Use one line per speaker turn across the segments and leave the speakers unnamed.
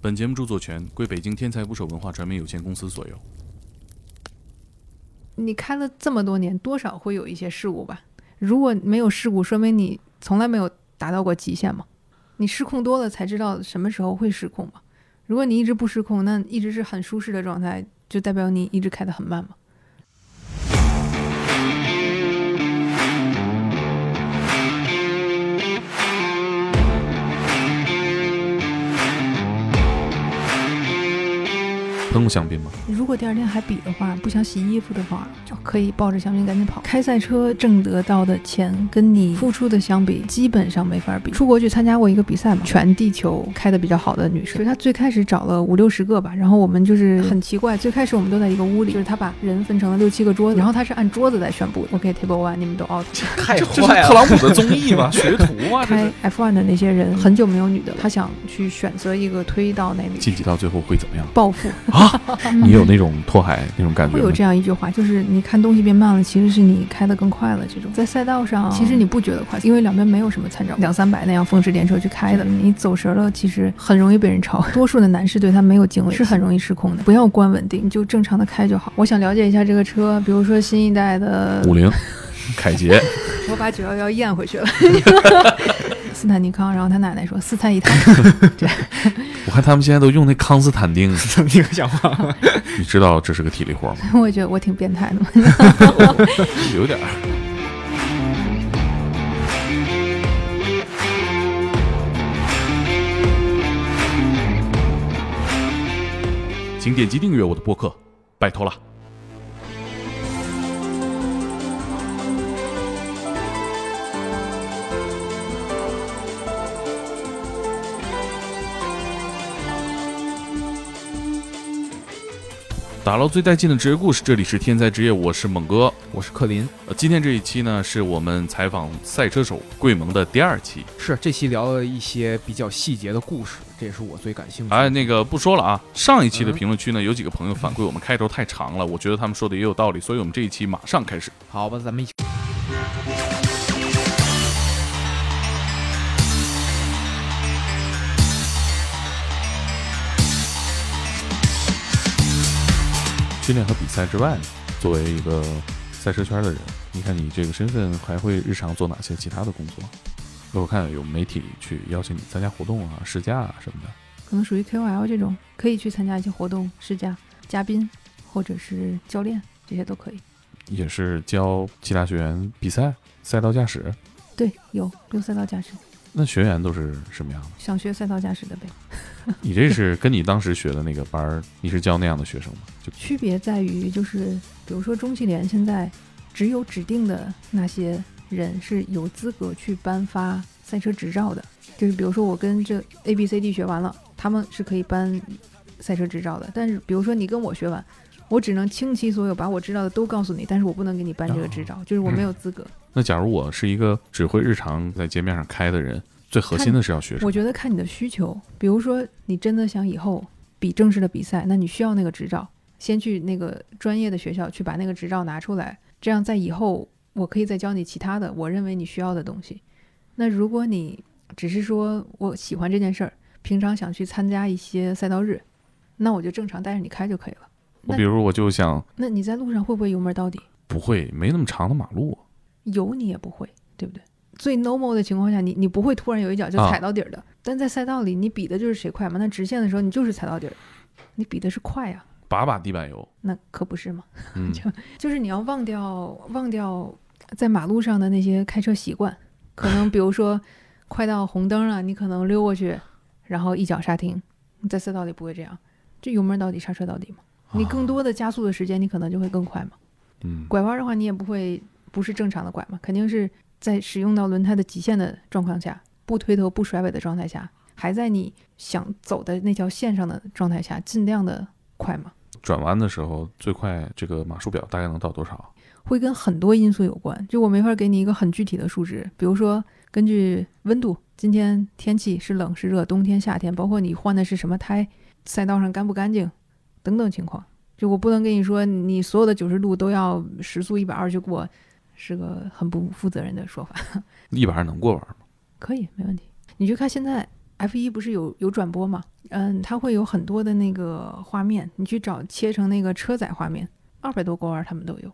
本节目著作权归北京天才捕手文化传媒有限公司所有。
你开了这么多年，多少会有一些事故吧？如果没有事故，说明你从来没有达到过极限嘛。你失控多了，才知道什么时候会失控嘛。如果你一直不失控，那一直是很舒适的状态，就代表你一直开得很慢嘛。
喷过香槟吗？
如果第二天还比的话，不想洗衣服的话，就可以抱着香槟赶紧跑。开赛车挣得到的钱跟你付出的相比，基本上没法比。出国去参加过一个比赛嘛，全地球开的比较好的女生，就是她最开始找了五六十个吧，然后我们就是很奇怪，最开始我们都在一个屋里，就是她把人分成了六七个桌子，然后她是按桌子来宣布的，OK table one，你们都 out。
太
这是
坏
特
了！
朗普的综艺 吗？学徒吗？这
开
是
F1 的那些人很久没有女的了，她想去选择一个推到那里
晋级到最后会怎么样？
暴富。
你有那种拓海那种感觉
嗯会有
吗？
这样一句话，就是你看东西变慢了，其实是你开得更快了。这种在赛道上，其实你不觉得快，因为两边没有什么参照，两三百那样风驰电掣去开的，你走神了，其实很容易被人超。 多数的男士对他没有敬畏，是很容易失控的。不要关稳定，你就正常的开就好。我想了解一下这个车，比如说新一代的
五菱、凯捷，
我把九幺幺咽回 去了。斯坦尼康，然后他奶奶说：“四菜一汤。
我看他们现在都用那康斯坦丁，
你可想法 吗？
你知道这是个体力活吗？”
我觉得我挺变态的嘛。
有点儿。请点击订阅我的播客，拜托了。打捞最带劲的职业故事，这里是天才职业，我是猛哥，
我是克林，
呃，今天这一期呢，是我们采访赛车手桂萌的第二期。
是这期聊了一些比较细节的故事，这也是我最感兴趣的。
哎，那个不说了啊，上一期的
嗯
评论区呢，有几个朋友反馈我们开头太长了，我觉得他们说的也有道理，所以我们这一期马上开始。
好吧，咱们一起。
训练和比赛之外呢，作为一个赛车圈的人，你看你这个身份还会日常做哪些其他的工作？我看有媒体去邀请你参加活动啊、试驾啊什么的。
可能属于 KOL 这种，可以去参加一些活动、试驾、嘉宾或者是教练，这些都可以。
也是教其他学员比赛、赛道驾驶。
对，有有赛道驾驶，
那学员都是什么样的？
想学赛道驾驶的呗。
你这是跟你当时学的那个班儿，你是教那样的学生吗？就
区别在于，就是比如说中汽联现在只有指定的那些人是有资格去颁发赛车执照的，就是比如说我跟这 A、B、C、D 学完了，他们是可以颁赛车执照的。但是比如说你跟我学完，我只能倾其所有把我知道的都告诉你，但是我不能给你颁这个执照，就是我没有资格。
那假如我是一个只会日常在街面上开的人，最核心的是要学什
我
么？
觉得看你的需求，比如说你真的想以后比正式的比赛，那你需要那个执照，先去那个专业的学校去把那个执照拿出来，这样在以后我可以再教你其他的我认为你需要的东西。那如果你只是说我喜欢这件事儿，平常想去参加一些赛道日，那我就正常带着你开就可以了。
我
那
比如我就想
那你在路上会不会油门到底？
不会没那么长的马路，
有你也不会，对不对？最 normal 的情况下，你你不会突然有一脚就
啊
踩到底儿的。但在赛道里，你比的就是谁快嘛。那直线的时候，你就是踩到底儿，你比的是快呀、
把把地板油。
那可不是嘛。
嗯，
就是你要忘掉忘掉在马路上的那些开车习惯，可能比 如说快到红灯了，你可能溜过去，然后一脚刹停。你在赛道里不会这样，这油门到底刹车到底嘛。你更多的加速的时间，你可能就会更快嘛。
啊嗯，
拐弯的话，你也不会不是正常的拐嘛，肯定是在使用到轮胎的极限的状况下，不推头不甩尾的状态下，还在你想走的那条线上的状态下，尽量的快嘛。
转弯的时候最快这个码数表大概能到多少？
会跟很多因素有关，就我没法给你一个很具体的数值，比如说根据温度，今天天气是冷是热，冬天夏天，包括你换的是什么胎，赛道上干不干净，等等情况，就我不能跟你说你所有的九十度都要时速一百二去过，是个很不负责任的说法。
一百二能过弯吗？
可以，没问题。你去看现在 F 一不是有有转播嘛？嗯，它会有很多的那个画面，你去找切成那个车载画面，二百多个弯儿他们都有，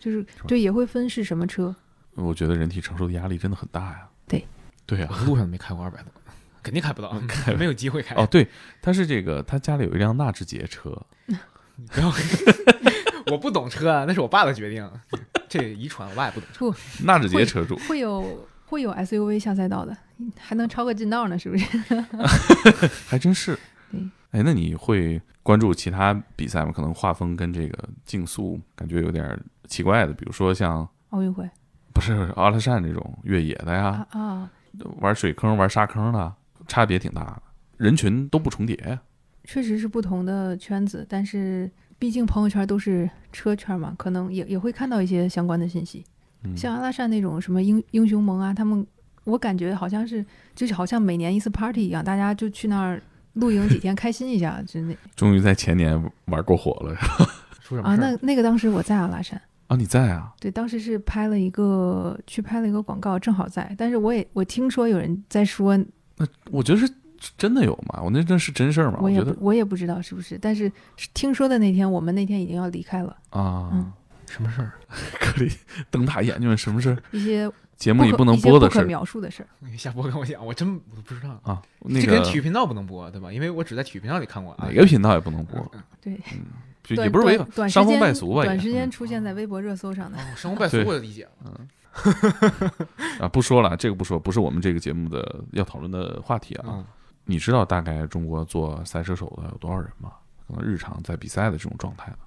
就是
吧
对也会分是什么车。
我觉得人体承受的压力真的很大呀。
对，
对啊呀、
我路上都没开过二百多，肯定开不到， 没有机会开。
哦，对，他是这个，他家里有一辆纳智捷车，
你 不要， 我不懂车，啊，那是我爸的决定，这遗传，我爸也不懂车。
纳智捷车主，
会有会有 SUV 下赛道的，还能超个近道呢，是不是？
还真是
对。
哎，那你会关注其他比赛吗？可能画风跟这个竞速感觉有点奇怪的，比如说像
奥运会
不是阿拉善这种越野的呀，
啊啊，
玩水坑、玩沙坑的，差别挺大的，人群都不重叠呀。
确实是不同的圈子，但是毕竟朋友圈都是车圈嘛，可能也也会看到一些相关的信息。
嗯
像阿拉善那种什么英英雄盟啊，他们我感觉好像是就是好像每年一次 party 一样，大家就去那 儿露营几天开心一下，就那
终于在前年玩过火了
出什么
啊
事儿？
那那个当时我在阿拉善。
啊！你在啊？
对，当时是拍了一个去拍了一个广告，正好在，但是我也我听说有人在说，
我觉得是真的有吗？我那真是真事儿吗？我
我也
觉
不
得
我也不知道是不是，但是是听说的那天，我们那天已经要离开了，
啊，
嗯
什么事儿？
可以瞪大眼睛问什么事儿？
一些
节
不
目
可
里
不
能播的
一
事
些不可
儿
描述的事儿。
你下播跟我讲，我真我不知道。
啊，那
这
个
跟体育频道不能播，对吧？因为我只在体育频道里看过啊。
哪个频道也不能播，
对，
嗯，就
短
也不是违法
短短时
伤风
间
败俗吧也
短时间
嗯
出现在微博热搜上的。
哦，生活败俗
对
我理解了。
啊，不说了，这个不说，不是我们这个节目的要讨论的话题啊。
嗯，
你知道大概中国做赛车手的有多少人吗？可能日常在比赛的这种状态呢啊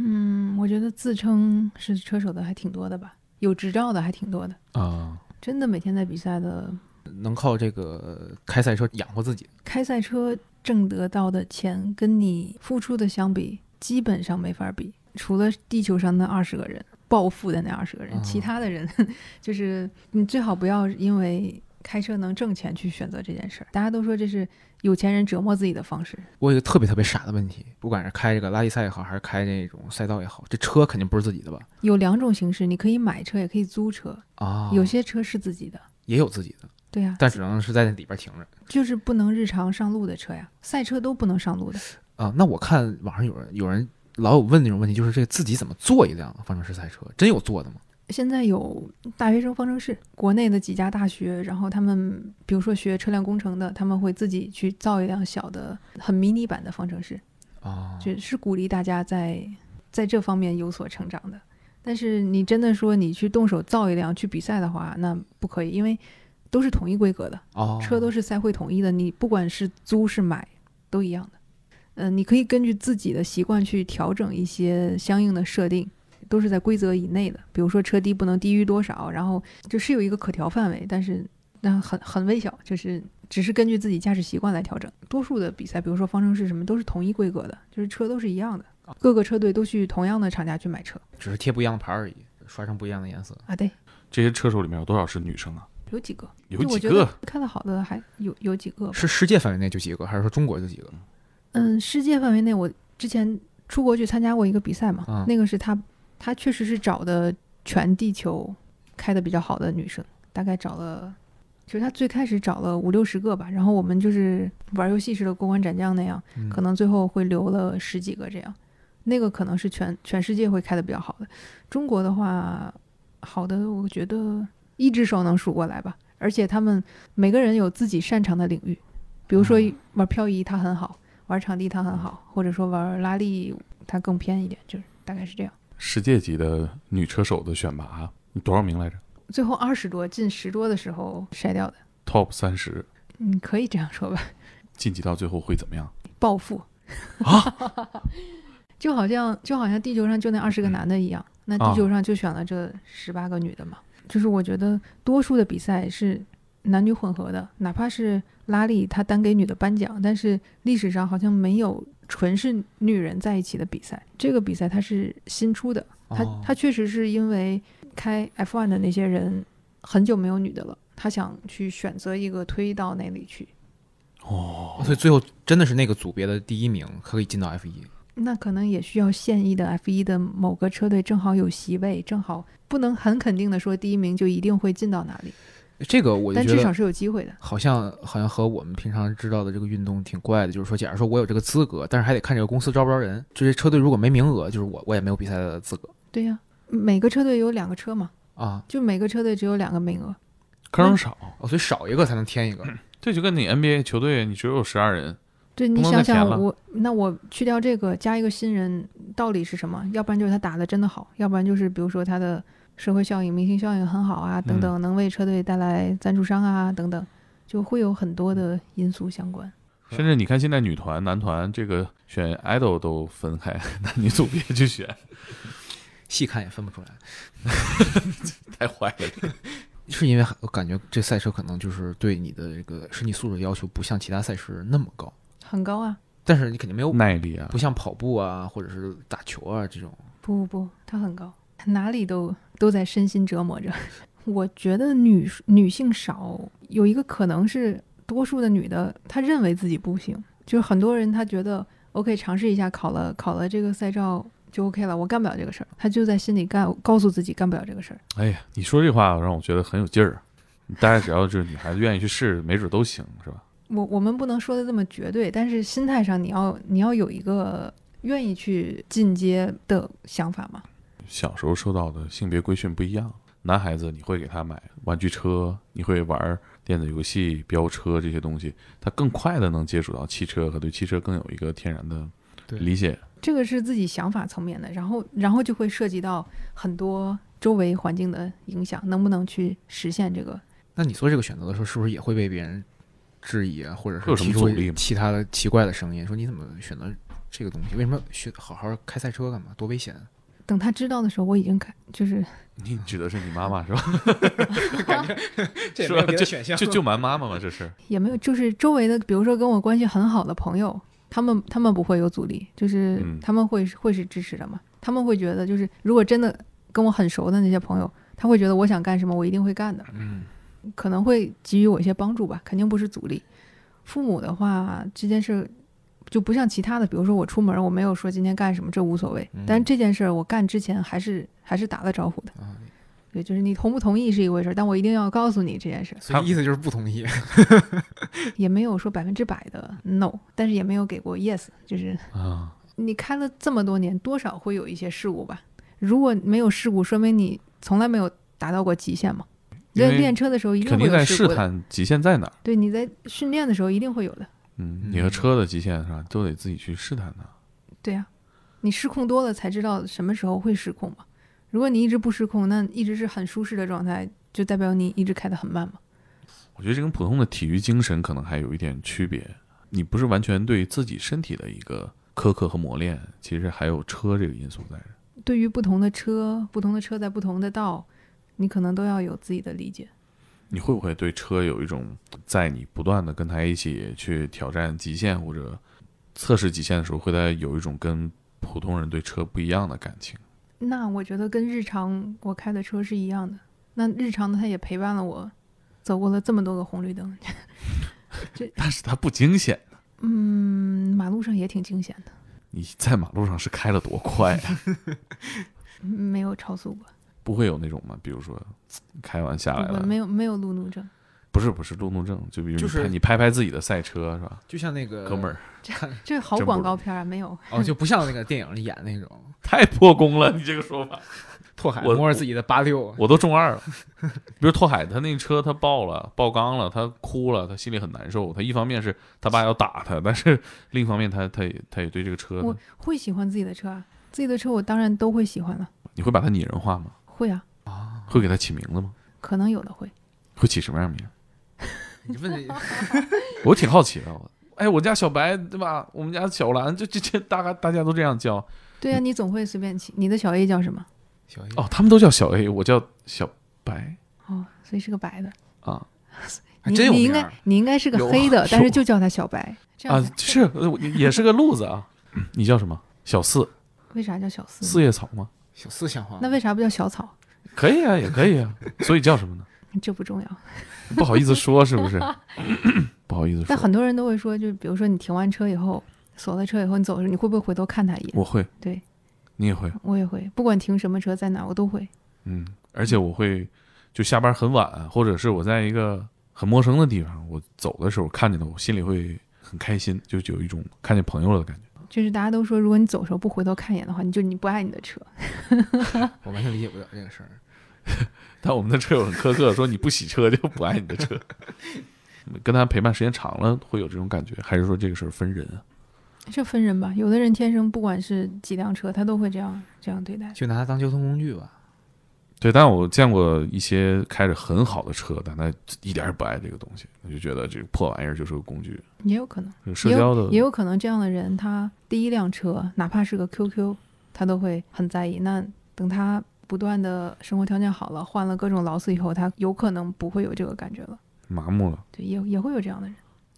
嗯，我觉得自称是车手的还挺多的吧，有执照的还挺多的，
啊，
真的每天在比赛的
能靠这个开赛车养活自己，
开赛车挣得到的钱跟你付出的相比，基本上没法比。除了地球上那二十个人暴富的那二十个人，
嗯
其他的人 就是你最好不要因为开车能挣钱去选择这件事儿。大家都说这是有钱人折磨自己的方式，
我有一个特别特别傻的问题，不管是开这个拉力赛也好，还是开这种赛道也好，这车肯定不是自己的吧？
有两种形式，你可以买车，也可以租车。
啊，
哦有些车是自己的，
也有自己的，
对啊呀、
但只能是在那里边停着
就是不能日常上路的车呀，赛车都不能上路的。
啊。那我看网上有人有人老有问那种问题，就是这自己怎么做一辆方程式赛车？真有做的吗？
现在有大学生方程式，国内的几家大学，然后他们比如说学车辆工程的，他们会自己去造一辆小的、很迷你版的方程式，
啊，
就是鼓励大家在在这方面有所成长的。但是你真的说你去动手造一辆去比赛的话，那不可以，因为都是统一规格的，
哦，
车都是赛会统一的，你不管是租是买都一样的。嗯、你可以根据自己的习惯去调整一些相应的设定，都是在规则以内的。比如说车低不能低于多少，然后就是有一个可调范围，但是那很很微小，就是只是根据自己驾驶习惯来调整。多数的比赛，比如说方程式什么，都是同一规格的，就是车都是一样的，
哦
各个车队都去同样的厂家去买车
只是贴不一样的牌而已，刷上不一样的颜色。
啊。对，
这些车手里面有多少是女生啊？
有几个，
有
就
几
我觉
个
得？开得好的还有有几个吧
是世界范围内就几个，还是说中国就几个？
嗯，世界范围内，我之前出国去参加过一个比赛嘛，
嗯
那个是他，他确实是找的全地球开的比较好的女生，大概找了，其实他最开始找了五六十个吧，然后我们就是玩游戏似的过关斩将那样，
嗯
可能最后会留了十几个这样，那个可能是全全世界会开的比较好的，中国的话，好的，我觉得一只手能数过来吧，而且他们每个人有自己擅长的领域，比如说
嗯
玩漂移他很好，玩场地他很好，或者说玩拉力他更偏一点，就是大概是这样。
世界级的女车手的选拔，啊你多少名来着
最后二十多进十多的时候筛掉的，
？Top 三十
嗯，可以这样说吧，
晋级到最后会怎么样？
暴富 就好像就好像地球上就那二十个男的一样，那
啊
地球上就选了这十八个女的嘛。就是我觉得多数的比赛是男女混合的，哪怕是拉力他单给女的颁奖，但是历史上好像没有纯是女人在一起的比赛。这个比赛它是新出的，它
哦
它确实是因为开 F1 的那些人很久没有女的了，他想去选择一个推到那里去。
哦，
所以最后真的是那个组别的第一名可以进到 F 一。
那可能也需要现役的 F 1的某个车队正好有席位，正好不能很肯定的说第一名就一定会进到哪里。
这个我就
但
觉
至
得
少是有机会的。
好像好像和我们平常知道的这个运动挺怪的，就是说，假如说我有这个资格，但是还得看这个公司招不招人。这些车队如果没名额，就是我我也没有比赛的资格
对呀、每个车队有两个车嘛，
啊，
就每个车队只有两个名额。
坑少，
哦，所以少一个才能添一个。
这就跟你 NBA 球队你只有十二人，
对
不
你
能
想
再填
想
了
我，那我去掉这个，加一个新人，道理是什么？要不然就是他打的真的好，要不然就是比如说他的社会效应、明星效应很好啊，
嗯
等等，能为车队带来赞助商啊，等等，就会有很多
嗯
的因素相关。
是
甚至你看现在女团、男团这个选 idol 都分开， 男女组别去选，
细看也分不出来，
太坏了。
是因为我感觉这赛车可能就是对你的这个身体素质要求不像其他赛事那么高，
很高啊！
但是你肯定没有
耐力啊
不，像跑步啊或者是打球啊这种。
不不不，他很高，哪里都都在身心折磨着。我觉得女女性少有一个可能是多数的女的，她认为自己不行，就是很多人她觉得 OK 尝试一下，考了考了这个赛照就 OK 了，我干不了这个事儿，她就在心里干告诉自己干不了这个事儿。
哎呀，你说这话让我觉得很有劲儿。啊大家只要就是女孩子愿意去试，没准都行，是吧？
我我们不能说的这么绝对，但是心态上你要你要有一个愿意去进阶的想法嘛。
小时候受到的性别规训不一样，男孩子你会给他买玩具车，你会玩电子游戏、飙车这些东西，他更快的能接触到汽车和对汽车更有一个天然的
对
理解。
这个是自己想法层面的，然后然后就会涉及到很多周围环境的影响，能不能去实现这个？
那你做这个选择的时候，是不是也会被别人质疑啊，或者
会有
是
什么
提出
阻力吗
其他的奇怪的声音，说你怎么选择这个东西？为什么学好好开赛车干嘛？多危险啊！
等他知道的时候，我已经开，就是
你指的是你妈妈是吧？
这
也没有别的
选项
就就瞒妈妈嘛，这是。
也没有，就是周围的，比如说跟我关系很好的朋友，他们他们不会有阻力，就是
嗯
他们会会是支持的嘛，他们会觉得就是如果真的跟我很熟的那些朋友，他会觉得我想干什么，我一定会干的，
嗯，
可能会给予我一些帮助吧，肯定不是阻力。父母的话，这件事就不像其他的，比如说我出门，我没有说今天干什么，这无所谓。
嗯
但是这件事儿我干之前还是还是打了招呼的，
啊，
对，就是你同不同意是一回事儿，但我一定要告诉你这件事儿，
所以意思就是不同意。
也没有说百分之百的 no，但是也没有给过 yes，就是
啊，
你开了这么多年，多少会有一些事故吧。如果没有事故，说明你从来没有达到过极限嘛。
因
练
为
练车的时候一定
肯
会
定
有
在
事
试
故的，
探极限在哪儿。
对，你在训练的时候一定会有的。
嗯，
嗯
你和车的极限是吧，都得自己去试探它。
对呀、你失控多了才知道什么时候会失控嘛。如果你一直不失控，那一直是很舒适的状态，就代表你一直开得很慢嘛。
我觉得这跟普通的体育精神可能还有一点区别。你不是完全对自己身体的一个苛刻和磨练，其实还有车这个因素在这儿。
对于不同的车，不同的车在不同的道，你可能都要有自己的理解。
你会不会对车有一种在你不断的跟它一起去挑战极限或者测试极限的时候，会在有一种跟普通人对车不一样的感情？
那我觉得跟日常我开的车是一样的。那日常的它也陪伴了我，走过了这么多个红绿灯，
但是它不惊险。
嗯，马路上也挺惊险的，
你在马路上是开了多快啊、
嗯没有超速过，
不会有那种吗？比如说开完下来
我
了，
没有没有路怒症。
不是不是路怒症，就比如你
就是
拍你拍拍自己的赛车是吧？
就像那个
哥们儿，
这好
真不
广
如
告片啊，没有。
哦，就不像那个电影里演 那种
太破功了，你这个说法，
拓海
我
摸着自己的八六，
我都中二了。比如拓海，他那车他爆了，爆缸了，他哭了，他心里很难受。他一方面是他爸要打他，但是另一方面他他也他也对这个车，
我 会喜欢自己的车啊，自己的车我当然都会喜欢了，
你会把它拟人化吗？
会啊，
啊，
会给他起名字吗？
可能有的会。
会起什么样的名？
你 问这
我挺好奇的。我哎，我家小白对吧？我们家小蓝，这这这大家大家都这样叫
对啊，你总会随便起。你的小 A 叫什么？
小
哦，他们都叫小 A，我叫小白
哦，所以是个白的。
啊
还
你
真有
你应该
名儿，
你应该是个
有
黑的，但
有
是就叫他小白。这
啊
样子，
是呃我也是个路子啊。 你叫什么？小四，
为啥叫小四呢？
四叶草吗？
小四像话吗。
那为啥不叫小草？
可以啊，也可以啊。所以叫什么呢？
这不重要。
不好意思说，是 不是？不好意思
但
说，
很多人都会说，就比如说你停完车以后，锁了车以后，你走的时候，你会不会回头看他一眼？
我会，
对
你也会，嗯
我也会，不管停什么车，在哪我都会。
嗯，而且我会就下班很晚，或者是我在一个很陌生的地方，我走的时候看见他，我心里会很开心，就有一种看见朋友了的感觉。
就是大家都说，如果你走的时候不回头看一眼的话，你就你不爱你的车。
我完全理解不了这个事儿。
但我们的车友很苛刻，说你不洗车就不爱你的车。跟他陪伴时间长了，会有这种感觉，还是说这个事儿分人啊？
这分人吧，有的人天生不管是几辆车，他都会这样这样对待。
就拿它当交通工具吧，
对，但我见过一些开着很好的车，但他一点儿也不爱这个东西，我就觉得这个破玩意儿就是个工具，
也有可能，
这个社
也
交的
有也有可能这样的人，他第一辆车哪怕是个 QQ，他都会很在意。那等他不断的生活条件好了，换了各种劳斯以后，他有可能不会有这个感觉了。
麻木了。
对，也也会有这样的人。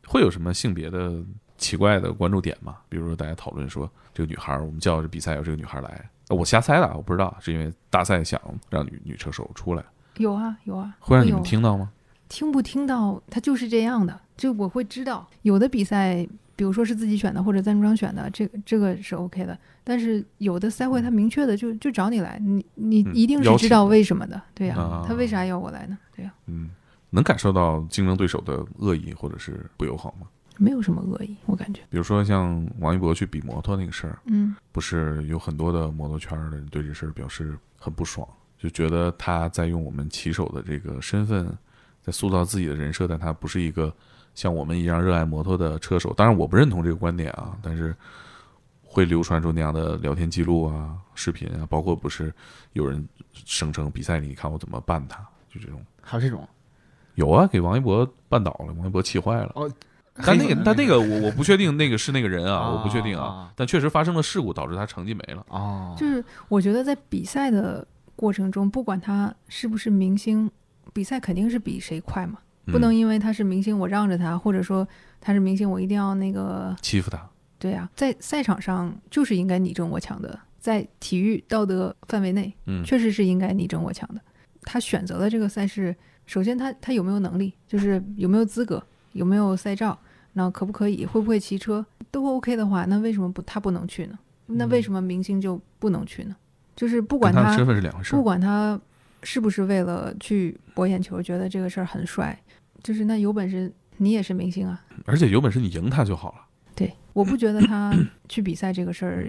会有什么性别的奇怪的关注点吗？比如说大家讨论说这个女孩儿，我们叫这比赛有这个女孩儿来，呃我瞎猜的啊，我不知道，是因为大赛想让女女车手出来，
有啊有啊，
会让你
有
们听到吗？
听不听到，他就是这样的。就我会知道，有的比赛，比如说是自己选的或者赞助商选的，这个这个是 OK 的。但是有的赛会他明确的就就找你来，你你
嗯
一定是
邀
知
请
道为什么的，对呀、
啊
他为啥要我来呢？对呀、
嗯，能感受到竞争对手的恶意或者是不友好吗？
没有什么恶意，我感觉，
比如说像王一博去比摩托那个事儿，
嗯，
不是有很多的摩托圈儿的人对这事儿表示很不爽，就觉得他在用我们骑手的这个身份，在塑造自己的人设，但他不是一个像我们一样热爱摩托的车手。当然，我不认同这个观点啊，但是会流传出那样的聊天记录啊、视频啊，包括不是有人声称比赛里你看我怎么办他，就这种
还有这种
有啊，给王一博绊倒了，王一博气坏了。
哦
但那个，但那个，我我不确定那个是那个人啊，
啊
我不确定啊
啊。
但确实发生了事故，导致他成绩没了。
哦，
就是我觉得在比赛的过程中，不管他是不是明星，比赛肯定是比谁快嘛，不
嗯
能因为他是明星我让着他，或者说他是明星我一定要那个
欺负他。
对啊，在赛场上就是应该你争我抢的，在体育道德范围内，
嗯
确实是应该你争我抢的。他选择了这个赛事，首先他他有没有能力，就是有没有资格，有没有赛照，那可不可以，会不会骑车，都 OK 的话，那为什么不他不能去呢？那为什么明星就不能去呢？就是不管
嗯跟他的
他
身份是两回事
不。管他是不是为了去博眼球，觉得这个事儿很帅，就是那有本事你也是明星啊，
而且有本事你赢他就好了。
对，我不觉得他去比赛这个事儿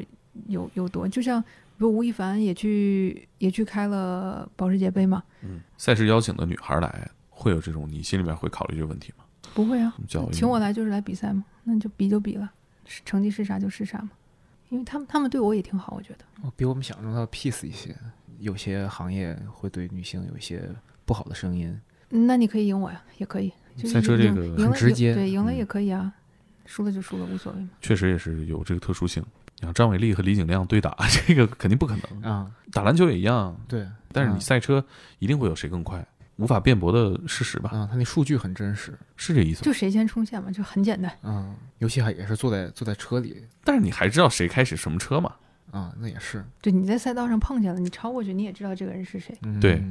有有多，就像比如吴亦凡也去也去开了保时捷杯嘛，
嗯，赛事邀请的女孩来，会有这种你心里面会考虑这个问题吗？
不会啊，
教育
请我来就是来比赛嘛，那就比就比了，是成绩是啥就是啥嘛，因为他们他们对我也挺好，我觉得
哦比我们想象中的 peace 一些。有些行业会对女性有一些不好的声音，
嗯那你可以赢我呀，也可以，就是
赛车这
赢
个
赢
很
了
直
也
接
对，赢了
嗯
也可以啊，输了就输了无所谓嘛，
确实也是有这个特殊性。你像张伟丽和李景亮对打，这个肯定不可
嗯
能。
啊，
打篮球也一样，
对，
嗯
啊
但是你赛车一定会有谁更快，无法辩驳的事实吧？
啊，他那数据很真实，
是这意思吗？
嗯就谁先冲线嘛，就很简单，
啊，尤其还也是坐在坐在车里，
但是你还知道谁开始什么车嘛？
啊，那也是，
对，你在赛道上碰见了，你超过去你也知道这个人是谁，
嗯、
对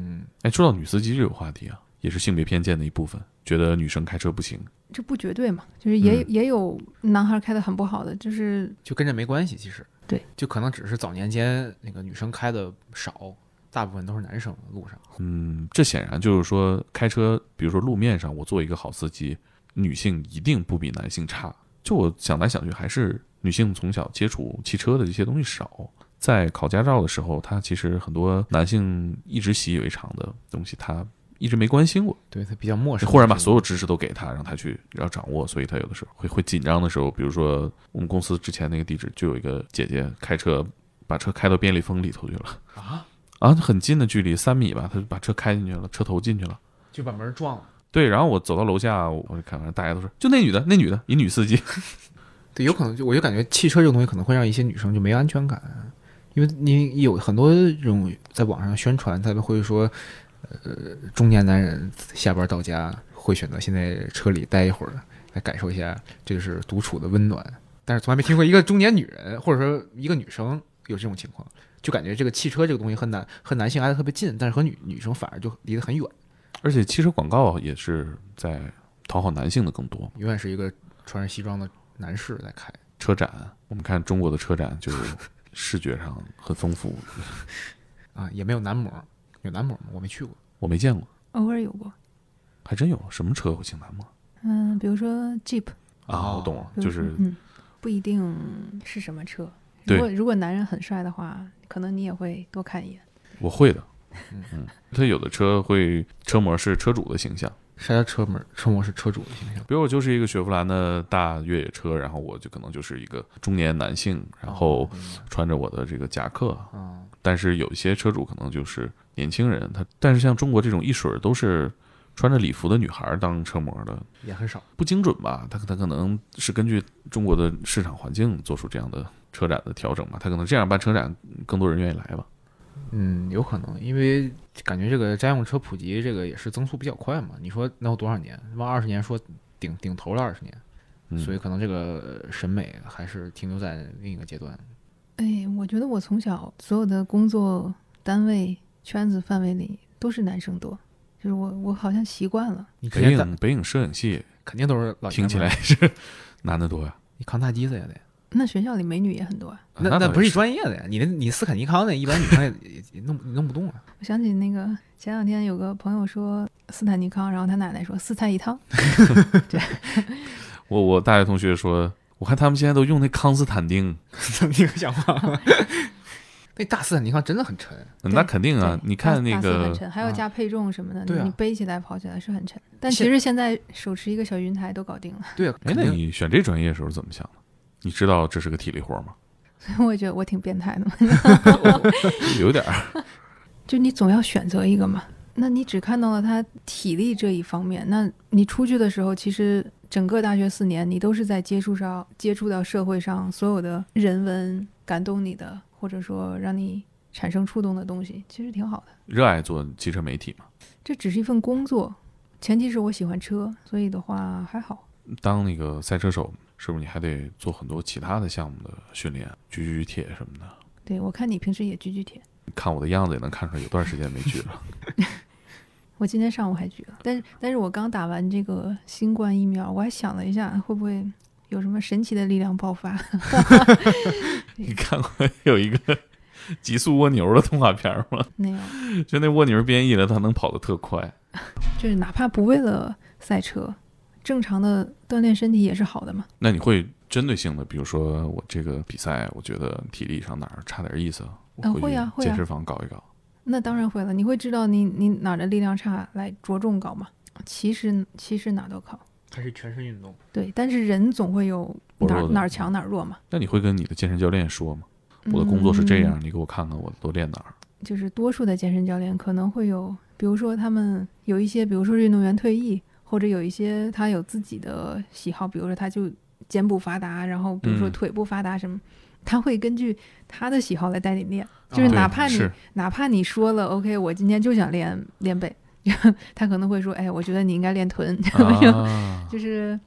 哎，说到女司机这个话题啊，也是性别偏见的一部分，觉得女生开车不行。
这不绝对嘛，就是也、
嗯
也有男孩开的很不好的，就是
就跟这没关系，其实
对，
就可能只是早年间那个女生开的少，大部分都是男生路上，
嗯，这显然就是说，开车，比如说路面上，我做一个好司机，女性一定不比男性差。就我想来想去，还是女性从小接触汽车的这些东西少，在考驾照的时候，她其实很多男性一直习以为常的东西，她一直没关心过。
对他比较陌生，
忽然把
这个
所有知识都给他，让他去要掌握，所以他有的时候会会紧张的时候，比如说我们公司之前那个地址就有一个姐姐开车把车开到便利蜂里头去了
啊，
啊，很近的距离三米吧，她就把车开进去了，车头进去了。
就把门撞了，
对，然后我走到楼下，我我就看完，大家都说就那女的，那女的，一女司机，
对，有可能就我就感觉汽车这种东西可能会让一些女生就没安全感，因为你有很多这种在网上宣传，他们会说，呃，中年男人下班到家会选择先在车里待一会儿，来感受一下这就是独处的温暖，但是从来没听过一个中年女人或者说一个女生有这种情况，就感觉这个汽车这个东西和男和男性挨得特别近，但是和女女生反而就离得很远，
而且汽车广告也是在讨好男性的更多。
永远是一个穿着西装的男士在开。
车展，我们看中国的车展就视觉上很丰富，
啊，也没有男模，有男模吗？我没去过。
我没见过，
偶尔有过。
还真有什么车会请男模
嗯，比如说 Jeep，
啊？我懂了，
比如
就
说
是
嗯，不一定是什么车。
对
如果如果男人很帅的话，可能你也会多看一眼。
我会的
嗯。
嗯，他有的车会车模是车主的形象，
啥叫车门？车模是车主的形象。
比如我就是一个雪佛兰的大越野车，然后我就可能就是一个中年男性，然后穿着我的这个夹克，
啊，
但是有一些车主可能就是年轻人，他但是像中国这种一水儿都是穿着礼服的女孩儿当车模的，
也很少。
不精准吧？他他可能是根据中国的市场环境做出这样的车展的调整吧，他可能这样办车展更多人愿意来吧。
嗯，有可能，因为感觉这个家用车普及，这个也是增速比较快嘛。你说能有多少年？往二十年说顶顶头了二十年，
嗯，
所以可能这个审美还是停留在另一个阶段。
哎，我觉得我从小所有的工作单位圈子范围里都是男生多，就是我我好像习惯了。
你之
北
前在
影北影摄影系
肯定都是老爷
听
们儿
起来，是男的多呀、
你扛大机子也得。
那学校里美女也很多啊。
啊
那
倒
那
也
不是
是
你专业的呀，你那你斯坦尼康那一般女生也也也弄弄不动啊。
我想起那个前两天有个朋友说斯坦尼康，然后他奶奶说斯坦一汤，
我我大学同学说，我看他们现在都用那康斯坦丁，
你有想法 吗？那大斯坦尼康真的很沉，
嗯那肯定啊
对。
你看
大
那
大四很
个，哎啊
沉，还有加配重什么的，
对啊
你背起来跑起来是很沉。但
现
其实现在手持一个小云台都搞定了，
对啊，
哎
肯，
那
定
你选这专业的时候怎么想的？你知道这是个体力活吗？
所以我也觉得我挺变态的嘛。
有点儿。
就你总要选择一个嘛。那你只看到了他体力这一方面，那你出去的时候，其实整个大学四年，你都是在接触上接触到社会上所有的人文感动你的，或者说让你产生触动的东西，其实挺好的。
热爱做汽车媒体嘛。
这只是一份工作，前提是我喜欢车，所以的话还好。
当那个赛车手，是不是你还得做很多其他的项目的训练，举举铁什么的？
对我看你平时也举举铁，
看我的样子也能看出来，有段时间没举了。
我今天上午还举了，但是但是我刚打完这个新冠疫苗，我还想了一下，会不会有什么神奇的力量爆发？
你看过有一个极速蜗牛的动画片吗？
那样
就那蜗牛变异了，它能跑得特快。
就是哪怕不为了赛车，正常的锻炼身体也是好的嘛。
那你会针对性的，比如说我这个比赛，我觉得体力上哪儿差点意思，我
啊
回
会啊
去
会啊
健身房搞一搞。
那当然会了，你会知道你你哪儿的力量差来着重搞嘛。其实其实哪都靠，
它是全身运动。
对，但是人总会有
薄
哪
弱
儿
的
哪儿强哪儿弱嘛。
那你会跟你的健身教练说吗？我的工作是这样，
嗯
你给我看看我都练哪 儿。
就是多数的健身教练可能会有，比如说他们有一些，比如说是运动员退役，或者有一些他有自己的喜好，比如说他就肩不发达，然后比如说
嗯
腿不发达什么，他会根据他的喜好来带你练。
啊
就是
对
哪怕你、
是
哪怕你说了 OK，我今天就想练练背， 他可能会说，哎，我觉得你应该练臀，
啊
就是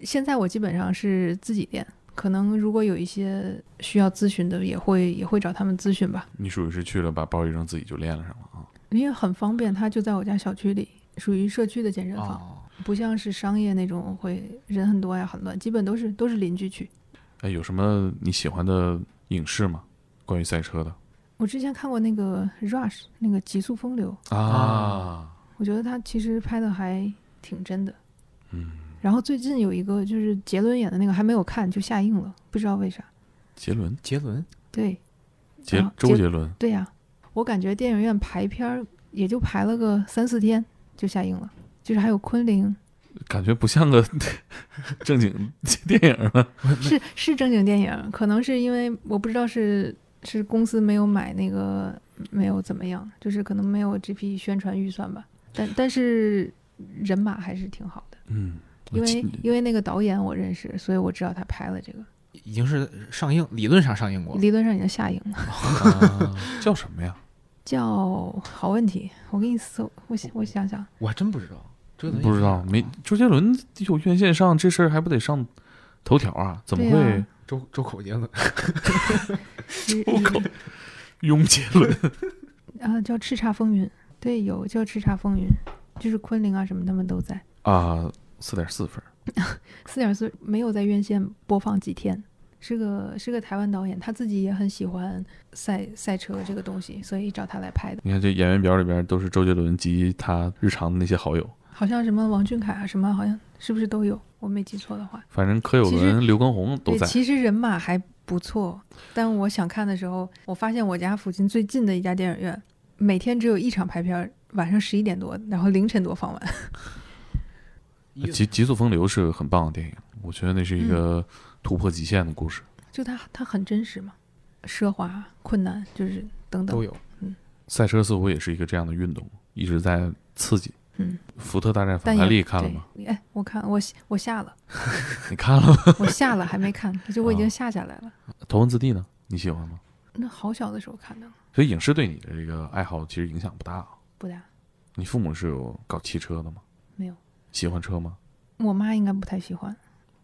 现在我基本上是自己练。可能如果有一些需要咨询的，也会也会找他们咨询吧。
你属于是去了，把包一扔，自己就练了上了啊。
因为很方便，它就在我家小区里，属于社区的健身房，
哦，
不像是商业那种会人很多呀、很乱，基本都是都是邻居区。
哎，有什么你喜欢的影视吗？关于赛车的
我之前看过那个 Rush 那个《极速风流》，
啊
啊，
我觉得他其实拍的还挺真的。
嗯，
然后最近有一个就是杰伦演的那个还没有看就下映了，不知道为啥。
杰伦，
杰伦
对
啊杰
啊
周
杰
杰伦，
对呀、我感觉电影院排片儿也就排了个三四天就下映了，就是还有 昆凌，
感觉不像 个正经电影啊了。
是是正经电影，可能是因为我不知道是是公司没有买那个没有怎么样，就是可能没有这批宣传预算吧。但但是人马还是挺好的，
嗯，我
因为
记
因为那个导演我认识，所以我知道他拍了这个，
已经是上映，理论上上映过。
理论上已经下映了。
啊 叫什么呀？
叫好问题，我给你搜，我想我想想，
我还真不知道，周杰伦
不知道，没
啊
周杰伦有院线上这事儿还不得上头条啊？怎么
对
会
啊
周周口杰伦
呃
你
我靠拥杰伦？
啊叫《叱咤风云》，对，有叫《叱咤风云》，就是昆凌啊什么他们都在。
啊？四点四分，
四点四没有在院线播放几天，是个是个台湾导演，他自己也很喜欢赛赛车这个东西，所以找他来拍的。
你看这演员表里边都是周杰伦及他日常的那些好友，
好像什么王俊凯啊，什么好像是不是都有？我没记错的话，
反正柯有
其实
伦、刘畊宏都
对，
在。
其实人马还不错，但我想看的时候，我发现我家附近最近的一家电影院，每天只有一场排片儿，晚上十一点多，然后凌晨多放完。
呃极极速风流是很棒的电影，我觉得那是一
嗯
个突破极限的故事。
就它它很真实嘛，奢华、困难，就是等等
都。有。
赛车似乎也是一个这样的运动，一直在刺激。
嗯，
福特大战法
但
拉
也
利看了吗？？
对哎，我看我我下了，
你看了吗？
我下了还没看，就我已
啊
经下下来了。
头文字 D 呢？你喜欢吗？
那好小的时候看的，
所以影视对你的这个爱好其实影响不大啊。
不大。
你父母是有搞汽车的吗？
没有。
喜欢车吗？
我妈应该不太喜欢，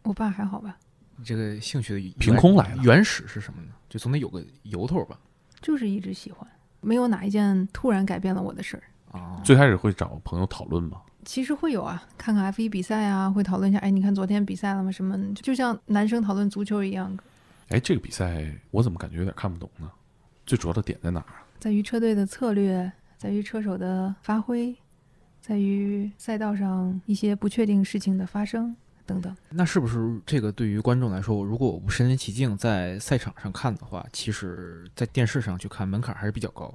我爸还好吧，
你这个兴趣的原
凭空来的
原始是什么呢？就总得有个由头吧。
就是一直喜欢，没有哪一件突然改变了我的事儿。
啊，
最开始会找朋友讨论吗？
其实会有啊，看看 F 一比赛啊，会讨论一下，哎，你看昨天比赛了吗？什么，就像男生讨论足球一样，
哎，这个比赛我怎么感觉有点看不懂呢？最主要的点在哪儿啊？
在于车队的策略，在于车手的发挥，在于赛道上一些不确定事情的发生等等。
那是不是这个对于观众来说，如果我不身临其境在赛场上看的话，其实在电视上去看门槛还是比较高，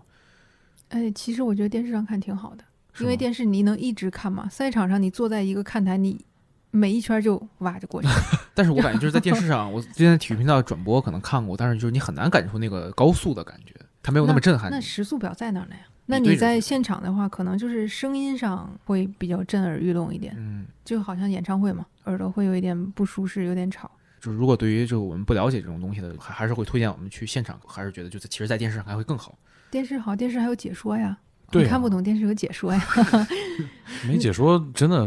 哎，其实我觉得电视上看挺好的，
是
因为
吗
电视你能一直看嘛。赛场上你坐在一个看台，你每一圈就挖着过去。
但是我感觉就是在电 视上，我之前体育频道转播可能看过，但是就是你很难感受那个高速的感觉，它没有那么震撼
那
你。
时速表在哪儿呢呀？那
对
你
着
在
去
现场的话，可能就是声音上会比较震耳欲聋一点，
嗯，
就好像演唱会嘛，耳朵会有一点不舒适，有点吵。
就是如果对于就我们不了解这种东西的，还还是会推荐我们去现场，还是觉得就是其实，在电视上还会更好。
电视好，电视还有解说呀。
对
你看
啊
不懂电视有解说呀，
没解说，真的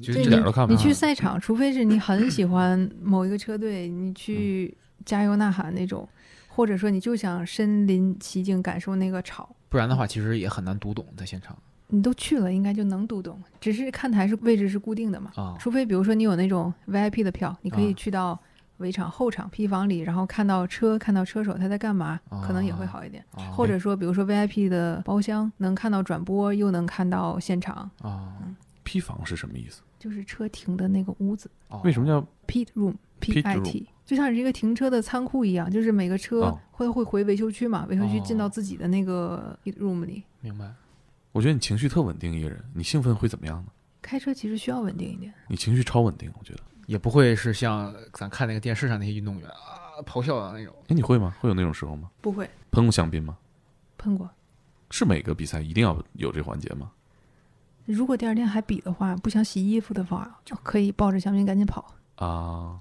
就
对
一点儿都看不
你
懂。啊
去赛场，除非是你很喜欢某一个车队，你去
嗯
加油呐喊那种，或者说你就想身临其境感受那个吵，
不然的话，其实也很难读懂在现场
你都去了，应该就能读懂。只是看台是位置是固定的嘛，
啊。
除非比如说你有那种 VIP 的票，你可
啊
以去到围场后场批房里，然后看到车，看到车手他在干嘛，可能也会好一点。
啊
或者说，比如说 VIP 的包厢，能看到转播，又能看到现场，
啊，
批房是什么意思？
就是车停的那个屋子
哦
为什么叫
（pit room，P
Pit
I T），就像是一个停车的仓库一样，就是每个车
哦
会会回维修区嘛，维修区进
哦
到自己的那个 pit room 里。
明白？
我觉得你情绪特稳定，一个人，你兴奋会怎么样呢？
开车其实需要稳定一点，
你情绪超稳定，我觉得。
也不会是像咱看那个电视上那些运动员啊咆哮啊那种。
哎，你会吗？会有那种时候吗？
不会
喷过香槟吗？
喷过。
是每个比赛一定要有这环节吗？
如果第二天还比的话，不想洗衣服的话，就可以抱着香槟赶紧跑。
啊，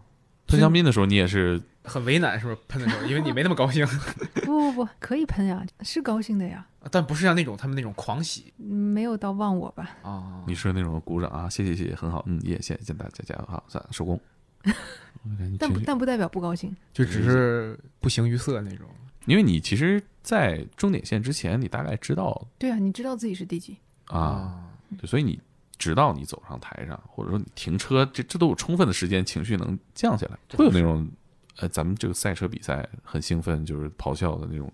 喷香槟的时候你也是
很为难，是不是喷的时候？因为你没那么高兴，
不不不， 可以喷呀，是高兴的呀，
但不是像那种他们那种狂喜
嗯没有到忘我吧？
啊
你是那种鼓掌啊，谢谢谢谢，很好，嗯，也谢谢大家加油，好，算了，收工。我感觉你
但
情
不
绪
但不代表不高兴。
就只是不形于色那种。
因为你其实，在终点线之前，你大概知道
对啊，你知道自己是第几？
啊，对所以你直到你走上台上，或者说你停车，这这都有充分的时间，情绪能降下来，
这
会
倒
有那种呃，咱们这个赛车比赛很兴奋，就是咆哮的那种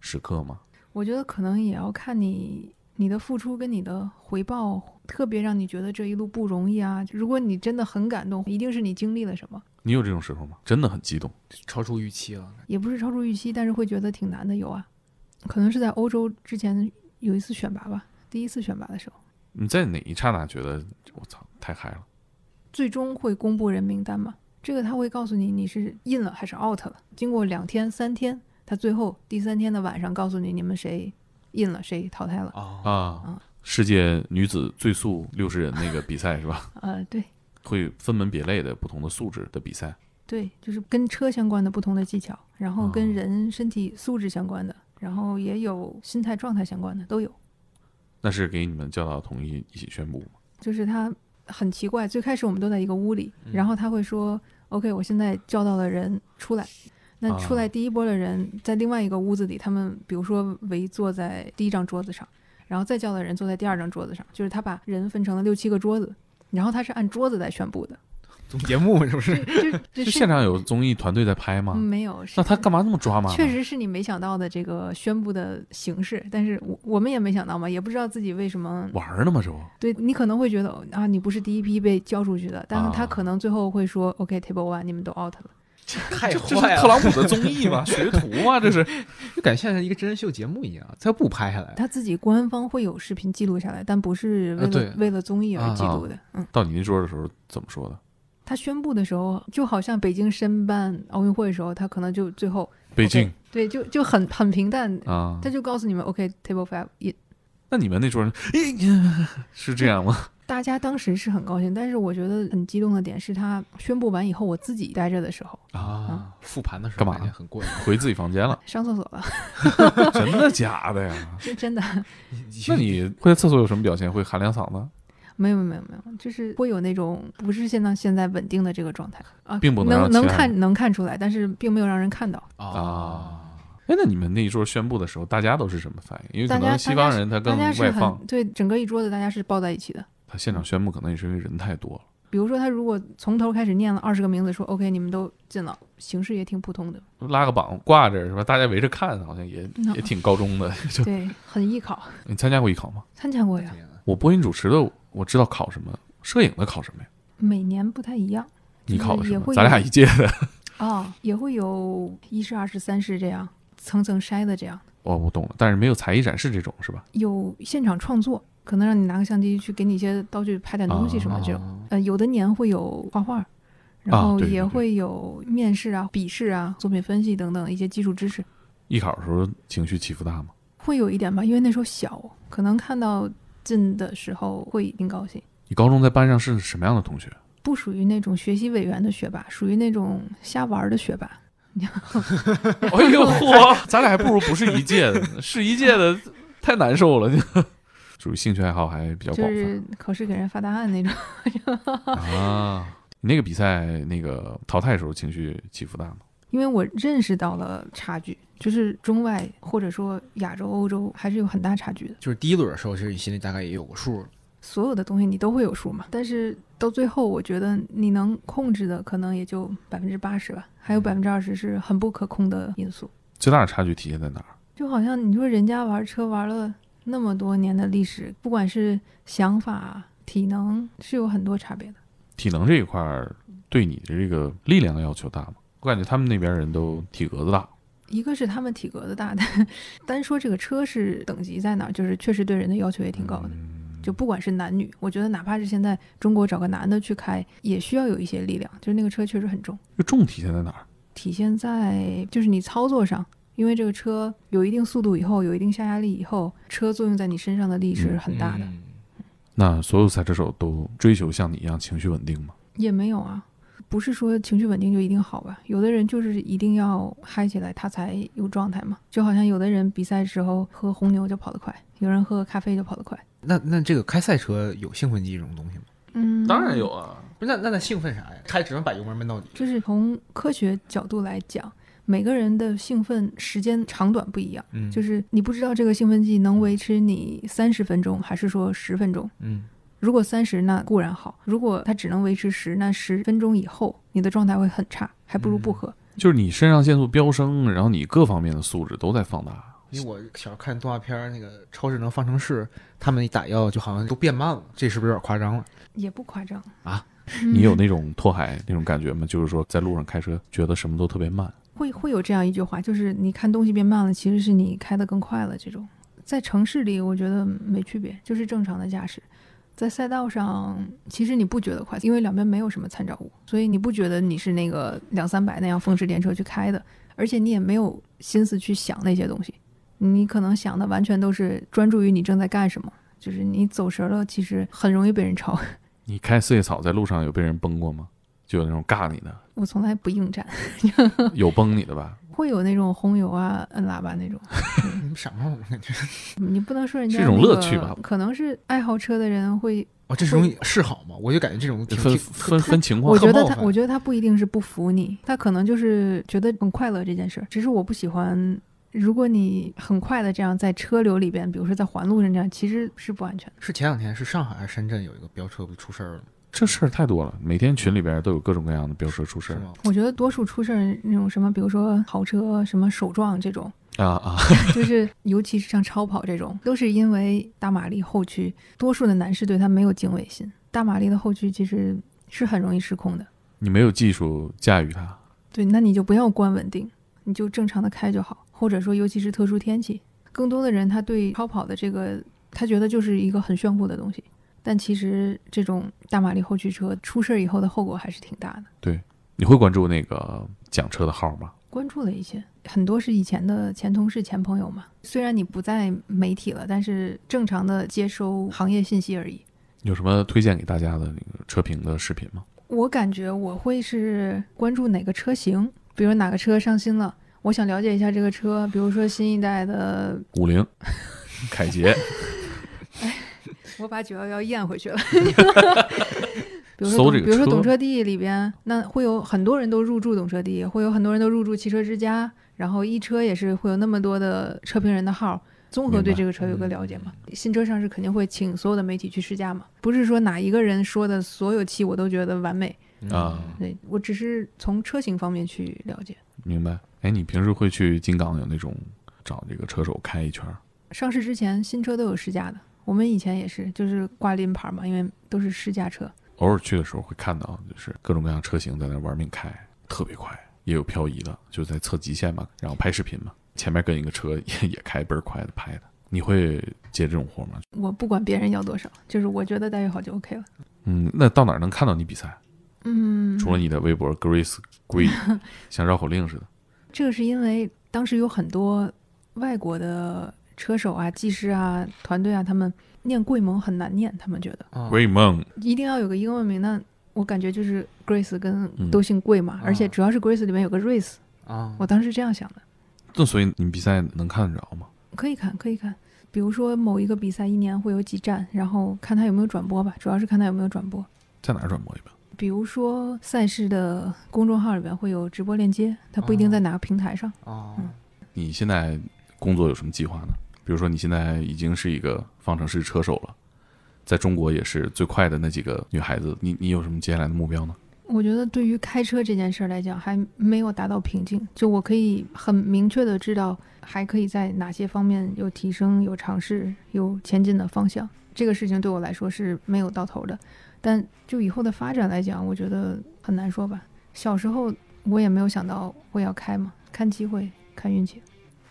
时刻吗？
我觉得可能也要看你你的付出跟你的回报，特别让你觉得这一路不容易啊。如果你真的很感动，一定是你经历了什么，
你有这种时候吗？真的很激动，
超出预期了。
也不是超出预期，但是会觉得挺难的。有啊，可能是在欧洲之前有一次选拔吧，第一次选拔的时候，
你在哪一刹那觉得我操太嗨了？
最终会公布人名单嘛？这个他会告诉你你是 in 了还是 out 了。经过两天、三天，他最后第三天的晚上告诉你你们谁 in 了，谁淘汰了。
啊
啊
啊！
世界女子最速六十人那个比赛是吧？
呃，对
会分门别类的不同的素质的比赛。
对，就是跟车相关的不同的技巧，然后
哦
跟人身体素质相关的，然后也有心态状态相关的都有。
那是给你们教导同意一起宣布吗？
就是他很奇怪，最开始我们都在一个屋里，
嗯
然后他会说：“OK，我现在叫到了人出来。”那
啊
出来第一波的人在另外一个屋子里，他们比如说围坐在第一张桌子上，然后再 叫的人坐在第二张桌子上，就是他把人分成了六七个桌子，然后他是按桌子来宣布的。
综节目是不是？
这
就
这
是现场有综艺团队在拍吗
嗯？没有，是
那他干嘛那么抓马呢？
确实是你没想到的这个宣布的形式，但是我我们也没想到嘛，也不知道自己为什么。
玩儿呢嘛，这不
对你可能会觉得啊，你不是第一批被交出去的，但是他
啊
可能最后会说、OK table one，你们都 out 了。
太
这这是特朗普的综艺 吗？学徒吗？这是
就感觉像是一个真人秀节目一样，他不拍下来，
他自己官方会有视频记录下来，但不是为
啊
了、
对
为了综艺而记录的。嗯，
到你那桌的时候怎么说的？
他宣布的时候，就好像北京申办奥运会的时候，他可能就最后
北京
OK，对，就就很很平淡，
啊
他，就告诉你们 OK table five 也
那你们那桌人哎呀 是这样吗？
大家当时是很高兴，但是我觉得很激动的点是他宣布完以后，我自己待着的时候
啊，复盘的时候
干嘛
感觉很过 瘾。
回自己房 间了，
上厕所了，
真的假的 呀？
是真的，
那 你会在厕所有什么表现？会喊两嗓子，
没有没有没有，就是会有那种不是现在现在稳定的这个状态啊，
并不能让
能能
其他人
看能看出来，但是并没有让人看到。
啊哎，那你们那一桌宣布的时候，大家都是什么反应？因为可
大家
能西方人他
大
更
家是
外放
很，对整个一桌子大家是抱在一起的。
他现场宣布可能也是因为人太多了。
比如说他如果从头开始念了二十个名字，说 OK 你们都进了，形式也挺 普通的，
拉个榜挂着 是吧？大家围着看，好像也
嗯
也挺高中的。就
对，很艺考，
你参加过艺考吗？
参加过呀，
我播音主持的，我知道考什么，摄影的考什么呀？
每年不太一样
你考的
也
什么？
会
咱俩
有
一届的。
啊、也会有一试、二试、三试这样层层筛的这样。
哦，我懂了，但是没有才艺展示这种是吧？
有现场创作，可能让你拿个相机去给你一些道具拍点东西什
啊
么这种。
种，
呃，有的年会有画画，然后
对对
也
对
会有面试啊、笔试啊、作品分析等等一些基础知识，
艺考的时候情绪起伏大吗？
会有一点吧，因为那时候小，可能看到进的时候会挺高兴。
你高中在班上是什么样的同学？
不属于那种学习委员的学霸，属于那种瞎玩儿的学霸。
哎 呦嚯，咱俩还不如不是一届的，是一届的太难受了。属于兴趣爱好还比较广泛、
就是考试给人发答案那种，
啊。你那个比赛那个淘汰的时候情绪起伏大吗？
因为我认识到了差距，就是中外或者说亚洲、欧洲还是有很大差距的。
就是第一轮的时候，其实你心里大概也有个数了。
所有的东西你都会有数嘛，但是到最后，我觉得你能控制的可能也就百分之八十吧，还有百分之二十是很不可控的因素。
最大的差距体现在哪儿？
就好像你说人家玩车玩了那么多年的历史，不管是想法、体能，是有很多差别的。
体能这一块儿对你的这个力量要求大吗？我感觉他们那边人都体格子大，
一个是他们体格子大， 但单说这个车是等级在哪儿，就是确实对人的要求也挺高的。就不管是男女，我觉得哪怕是现在中国找个男的去开，也需要有一些力量，就是那个车确实很重。
这重体现在哪儿？
体现在就是你操作上，因为这个车有一定速度以后，有一定下压力以后，车作用在你身上的力是很大的。
嗯
那所有赛车手都追求像你一样情绪稳定吗？
也没有啊，不是说情绪稳定就一定好吧？有的人就是一定要嗨起来，他才有状态嘛。就好像有的人比赛时候喝红牛就跑得快，有人喝咖啡就跑得快。
那那这个开赛车有兴奋剂这种东西吗？
嗯，。
啊，
不是，那那那兴奋啥呀？开只能把油门闷到底。
就是从科学角度来讲，每个人的兴奋时间长短不一样。
嗯，
就是是你不知道这个兴奋剂能维持你三十分钟，还是说十分钟。
嗯，
如果三十，那固然好；如果它只能维持十，那十分钟以后你的状态会很差，还不如
嗯
不喝。
就是你肾上腺素飙升，然后你各方面的素质都在放大。
因为我小时候看动画片儿那个《超智能方程式》，他们一打药就好像都变慢了，这是不是有点夸张 了？
也不夸张
啊。
嗯
你有那种拓海那种感觉吗？就是说在路上开车，觉得什么都特别慢。
会会有这样一句话，就是你看东西变慢了，其实是你开得更快了。这种在城市里，我觉得没区别，就是正常的驾驶。在赛道上，其实你不觉得快，因为两边没有什么参照物，所以你不觉得你是那个两三百那样风驰电掣去开的，而且你也没有心思去想那些东西，你可能想的完全都是专注于你正在干什么，就是你走神了，其实很容易被人超。
你开四叶草在路上有被人崩过吗？就有那种尬你的，
我从来不应战，
有崩你的吧？
会有那种轰油啊、摁喇叭那种。
你们傻帽吗？ 感觉
你不能说人家、
是一
那个、
种乐趣吧
可能是爱好车的人会，
哦，这是种嗜好吗？我就感觉这种挺
分
挺
分 分情况
我
很
觉得
冒
他，
犯
我觉得他不一定是不服你，他可能就是觉得很快乐这件事儿。只是我不喜欢，如果你很快的这样在车流里边，比如说在环路上这样，其实是不安全的。
是前两天是上海还是深圳有一个飙车不是出事儿了吗？
这事儿太多了，每天群里边都有各种各样的飙车出事
是
儿
吗？
我觉得多数出事儿那种什么，比如说豪车、啊什么手撞这种，
啊啊！
就是尤其是像超跑这种，都是因为大马力后驱，多数的男士对它没有敬畏心。大马力的后驱其实是很容易失控的，
你没有技术驾驭它，
对，那你就不要关稳定，你就正常的开就好。或者说，尤其是特殊天气，更多的人他对超跑的这个，他觉得就是一个很炫酷的东西，但其实这种大马力后驱车出事儿以后的后果还是挺大的。
你会关注那个讲车的号吗？
关注了一些，很多是以前的前同事、前朋友嘛。虽然你不在媒体了，但是正常的接收行业信息而已。
有什么推荐给大家的那个车评的视频吗？
我感觉我会是关注哪个车型，比如哪个车上新了，我想了解一下这个车，比如说新一代的，
五菱、凯捷、
我把九幺幺咽回去了。 比如
搜
说
这个
懂，比如说
车
懂车帝里边，那会有很多人都入驻懂车帝，会有很多人都入驻汽车之家，然后一车也是会有那么多的车评人的号，综合
明白嗯
对这个车有个了解嘛。新车上市肯定会请所有的媒体去试驾嘛，不是说哪一个人说的所有期我都觉得完美，
啊
嗯
对我只是从车型方面去了解。
明白？哎，你平时会去金港有那种找这个车手开一圈儿？
上市之前新车都有试驾的，我们以前也是，就是挂临牌嘛，因为都是试驾车。
偶尔去的时候会看到，就是各种各样车型在那玩命开，特别快，也有漂移的，就在测极限嘛，然后拍视频嘛，前面跟一个车 也也开倍儿快的拍的。你会接这种活吗？
我不管别人要多少，就是我觉得待遇好就 OK 了。
嗯，那到哪儿能看到你比赛？
嗯，
除了你的微博 Grace Green，像绕口令似的。
这个是因为当时有很多外国的车手啊、技师啊、团队啊，他们念贵盟很难念，他们觉得
啊
Green Moon，
一定要有个英文名。那我感觉就是 Grace 跟
嗯
都姓贵嘛，
啊
而且主要是 Grace 里面有个 Race，
啊
我当时这样想的。
那所以你比赛能看得着吗？
可以看，可以看。比如说某一个比赛一年会有几站，然后看他有没有转播吧，主要是看他有没有转播。
在哪儿转播一遍？
比如说赛事的公众号里边会有直播链接，它不一定在哪个平台上。
啊
嗯
你现在工作有什么计划呢？比如说你现在已经是一个方程式车手了，在中国也是最快的那几个女孩子，你你有什么接下来的目标呢？
我觉得对于开车这件事儿来讲，还没有达到瓶颈。就我可以很明确的知道，还可以在哪些方面有提升、有尝试、有前进的方向。这个事情对我来说是没有到头的。但就以后的发展来讲，我觉得很难说吧。小时候我也没有想到会要开嘛，看机会，看运气。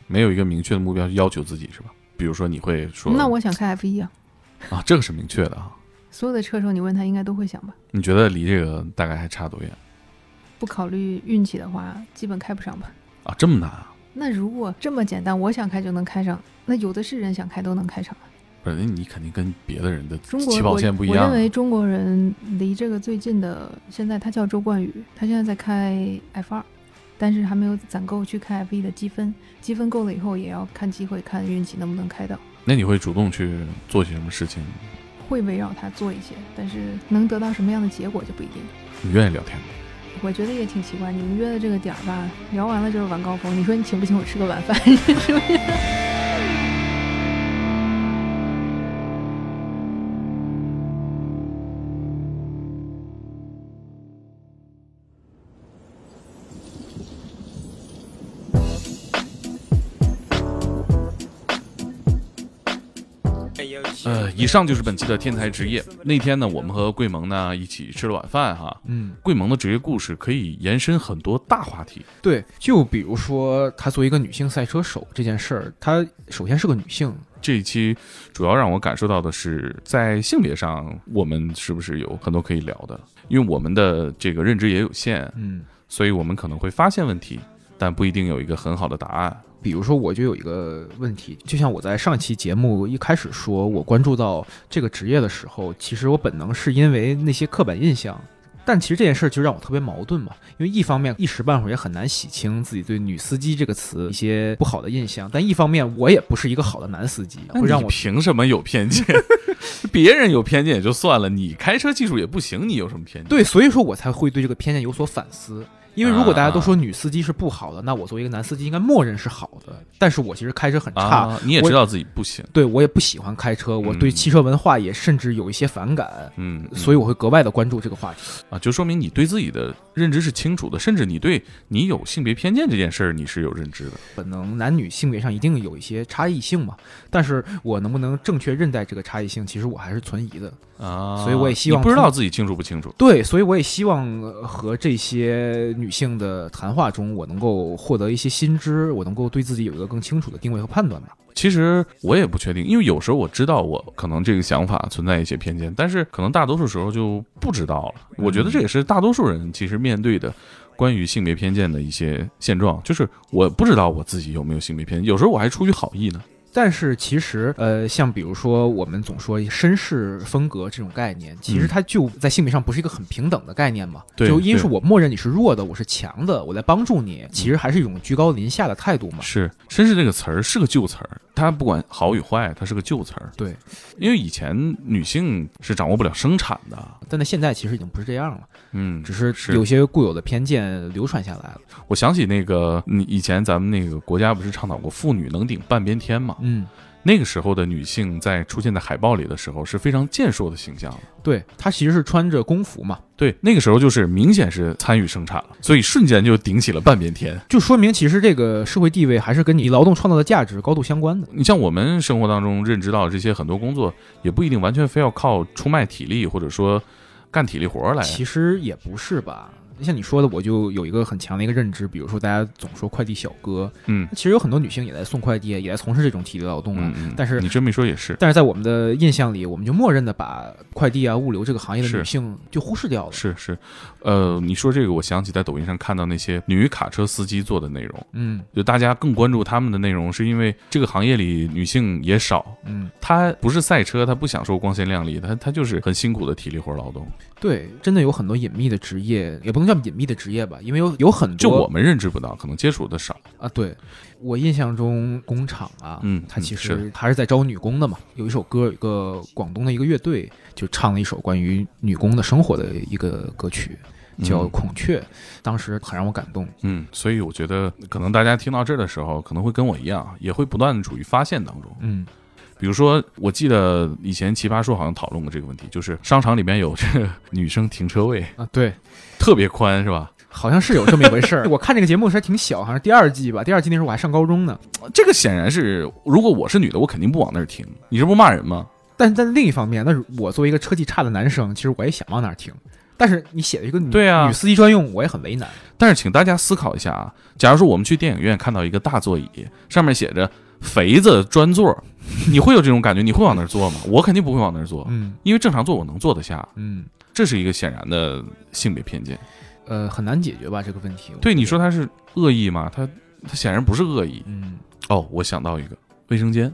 没有一个明确的目标去要求自己是吧？比如说你会说，
那我想开 F 一啊，
啊，这个是明确的啊。
所有的车手你问他应该都会想吧。
你觉得离这个大概还差多远
不考虑运气的话，基本开不上吧。
啊？这么难啊？
那如果这么简单，我想开就能开上，那有的是人想开都能开上。
不是，你肯定跟别的人的
中国
起跑线不一样
我，
啊。
我认为中国人离这个最近的，现在他叫周冠宇，他现在在开 F 二，但是还没有攒够去开 F 一的积分，积分够了以后也要看机会、看运气能不能开到。
那你会主动去做些什么事情？
会围绕他做一些，但是能得到什么样的结果就不一定。
你愿意聊天吗？
我觉得也挺奇怪，你们约的这个点儿吧，聊完了就是晚高峰。你说你请不请我吃个晚饭？ 是不是？
呃，以上就是本期的天才职业。那天呢，我们和桂萌呢一起吃了晚饭哈。
嗯，
桂萌的职业故事可以延伸很多大话题，
对，就比如说她作为一个女性赛车手这件事儿，她首先是个女性，
这一期主要让我感受到的是，在性别上，我们是不是有很多可以聊的？因为我们的这个认知也有限，
嗯，
所以我们可能会发现问题，但不一定有一个很好的答案。
比如说，我就有一个问题，就像我在上期节目一开始说，我关注到这个职业的时候，其实我本能是因为那些刻板印象，但其实这件事儿就让我特别矛盾嘛，因为一方面一时半会儿也很难洗清自己对“女司机”这个词一些不好的印象，但一方面我也不是一个好的男司机，会让
你
我
凭什么有偏见？别人有偏见也就算了，你开车技术也不行，你有什么偏见？
对，所以说我才会对这个偏见有所反思。因为如果大家
啊
都说女司机是不好的，那我作为一个男司机应该默认是好的。但是我其实开车很差，
啊，你也
我
知道自己不行，
对我也不喜欢开车，我对汽车文化也甚至有一些反感，
嗯，嗯
所以我会格外的关注这个话题。
啊，就说明你对自己的认知是清楚的，甚至你对你有性别偏见这件事儿你是有认知的。
可能男女性别上一定有一些差异性嘛，但是我能不能正确认待这个差异性，其实我还是存疑的。
啊，
所以我也希望
你不知道
通
自己清楚不清楚。
对，所以我也希望呃和这些女性的谈话中，我能够获得一些新知，我能够对自己有一个更清楚的定位和判断吧。
其实我也不确定，因为有时候我知道我可能这个想法存在一些偏见，但是可能大多数时候就不知道了。我觉得这也是大多数人其实面对的关于性别偏见的一些现状，就是我不知道我自己有没有性别偏见，有时候我还出于好意呢。
但是其实，呃，像比如说我们总说绅士风格这种概念，其实它就在性别上不是一个很平等的概念嘛。
对
就因为是
对
我默认你是弱的，我是强的，我来帮助你，其实还是一种居高临下的态度嘛。
是“绅士”这个词儿是个旧词儿，它不管好与坏，它是个旧词儿。
对，
因为以前女性是掌握不了生产的，
但在现在其实已经不是这样了，
嗯，
只是
是
有些固有的偏见流传下来了。
我想起那个，你以前咱们那个国家不是倡导过妇女能顶半边天嘛？
嗯，
那个时候的女性在出现在海报里的时候是非常健硕的形象的
对，她其实是穿着工服嘛。
对，那个时候就是明显是参与生产了，所以瞬间就顶起了半边天。
就说明其实这个社会地位还是跟你劳动创造的价值高度相关的。
你像我们生活当中认知到的这些很多工作，也不一定完全非要靠出卖体力或者说干体力活儿来。
其实也不是吧，像你说的，我就有一个很强的一个认知，比如说大家总说快递小哥，
嗯
其实有很多女性也在送快递，啊也在从事这种体力劳动啊。
嗯嗯，
但是
你这么一说也是，
但是在我们的印象里，我们就默认的把快递啊、物流这个行业的
是
女性就忽视掉了。
是是，呃，你说这个，我想起在抖音上看到那些女卡车司机做的内容。
嗯
就大家更关注他们的内容，是因为这个行业里女性也少，
嗯，
她不是赛车，她不享受光鲜亮丽，她她就是很辛苦的体力活劳动。
对，真的有很多隐秘的职业，也不能叫隐秘的职业吧，因为有有很多
就我们认知不到，可能接触的少。
啊，对我印象中工厂啊，
嗯
它
嗯
其
是
实还是在招女工的嘛。有一首歌，有一个广东的一个乐队就唱了一首关于女工的生活的一个歌曲，叫
嗯
《孔雀》，当时很让我感动。
嗯，所以我觉得可能大家听到这儿的时候，可能会跟我一样，也会不断地处于发现当中。
嗯，
比如说，我记得以前奇葩说好像讨论过这个问题，就是商场里面有这个女生停车位
啊，对，
特别宽，是吧？
好像是有这么一 回事儿。我看这个节目时还挺小，好像是第二季吧，第二季那时候我还上高中呢。
这个显然是，如果我是女的，我肯定不往那儿停。你这不骂人吗？
但但另一方面，那如我作为一个车技差的男生，其实我也想往哪儿停，但是你写了一个女
对啊
女司机专用，我也很为难。
但是请大家思考一下啊，假如说我们去电影院看到一个大座椅，上面写着“肥子专座”，你会有这种感觉？你会往那儿坐吗？我肯定不会往那儿坐，
嗯
因为正常坐我能坐得下，
嗯，
这是一个显然的性别偏见。
呃，很难解决吧这个问题。我
对，
觉
你
得
说他是恶意吗？他他显然不是恶意。
嗯，
哦，我想到一个卫生间，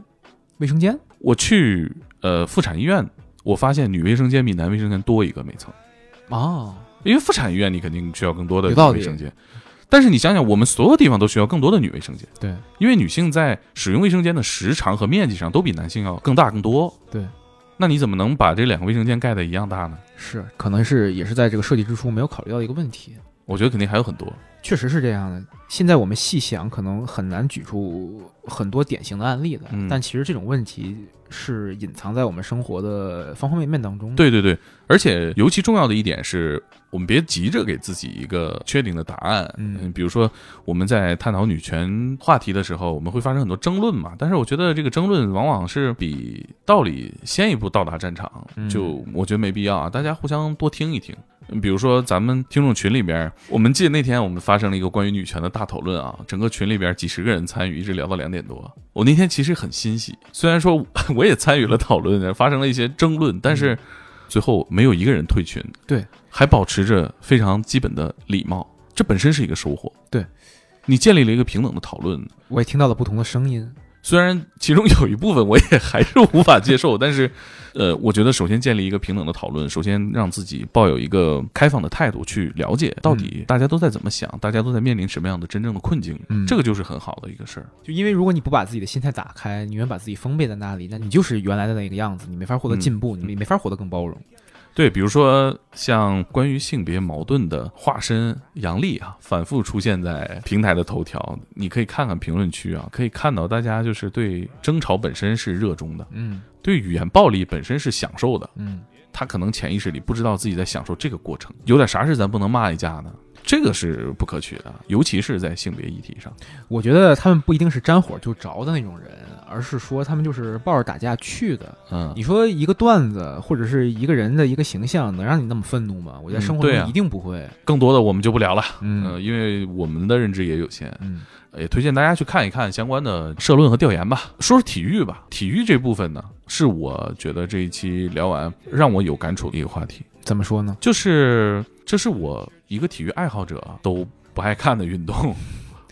卫生间。
我去呃妇产医院，我发现女卫生间比男卫生间多一个每层。
哦，
因为妇产医院你肯定需要更多的
有道理
卫生间，但是你想想，我们所有地方都需要更多的女卫生间，
对，
因为女性在使用卫生间的时长和面积上都比男性要更大更多，
对。
那你怎么能把这两个卫生间盖的一样大呢？
是，可能是也是在这个设计之初没有考虑到一个问题，
我觉得肯定还有很多。
确实是这样的。现在我们细想，可能很难举出很多典型的案例的，
嗯
但其实这种问题是隐藏在我们生活的方方面面当中。，
对对对，而且尤其重要的一点是，我们别急着给自己一个确定的答案。
嗯
比如说我们在探讨女权话题的时候，我们会发生很多争论嘛。但是我觉得这个争论往往是比道理先一步到达战场，
嗯
就我觉得没必要啊。大家互相多听一听。嗯比如说，咱们听众群里边，我们记得那天我们发生了一个关于女权的大讨论啊，整个群里边几十个人参与，一直聊到两点多。我那天其实很欣喜，虽然说我 也参与了讨论，发生了一些争论，但是最后没有一个人退群，
嗯对，
还保持着非常基本的礼貌，这本身是一个收获。
对，
你建立了一个平等的讨论，
我也听到了不同的声音。
虽然其中有一部分我也还是无法接受，但是，呃，我觉得首先建立一个平等的讨论，首先让自己抱有一个开放的态度去了解到底大家都在怎么想，大家都在面临什么样的真正的困境，
嗯
这个就是很好的一个事儿。
就因为如果你不把自己的心态打开，你永远把自己封闭在那里，那你就是原来的那个样子，你没法获得
嗯
进步，你没法获得更包容。
对，比如说像关于性别矛盾的化身杨笠啊，反复出现在平台的头条。你可以看看评论区啊，可以看到大家就是对争吵本身是热衷的，
嗯
对语言暴力本身是享受的。
嗯，
他可能潜意识里不知道自己在享受这个过程。有点啥事咱不能骂一架呢？这个是不可取的，尤其是在性别议题上。
我觉得他们不一定是沾火就着的那种人，而是说他们就是抱着打架去的。
嗯，
你说一个段子或者是一个人的一个形象能让你那么愤怒吗？我在
嗯
生活
对啊
中一定不会。
更多的我们就不聊了，嗯、
嗯
因为我们的认知也有限。
嗯
也推荐大家去看一看相关的社论和调研吧。说说体育吧，体育这部分呢，是我觉得这一期聊完让我有感触的一个话题，
怎么说呢？
就是这是我一个体育爱好者都不爱看的运动。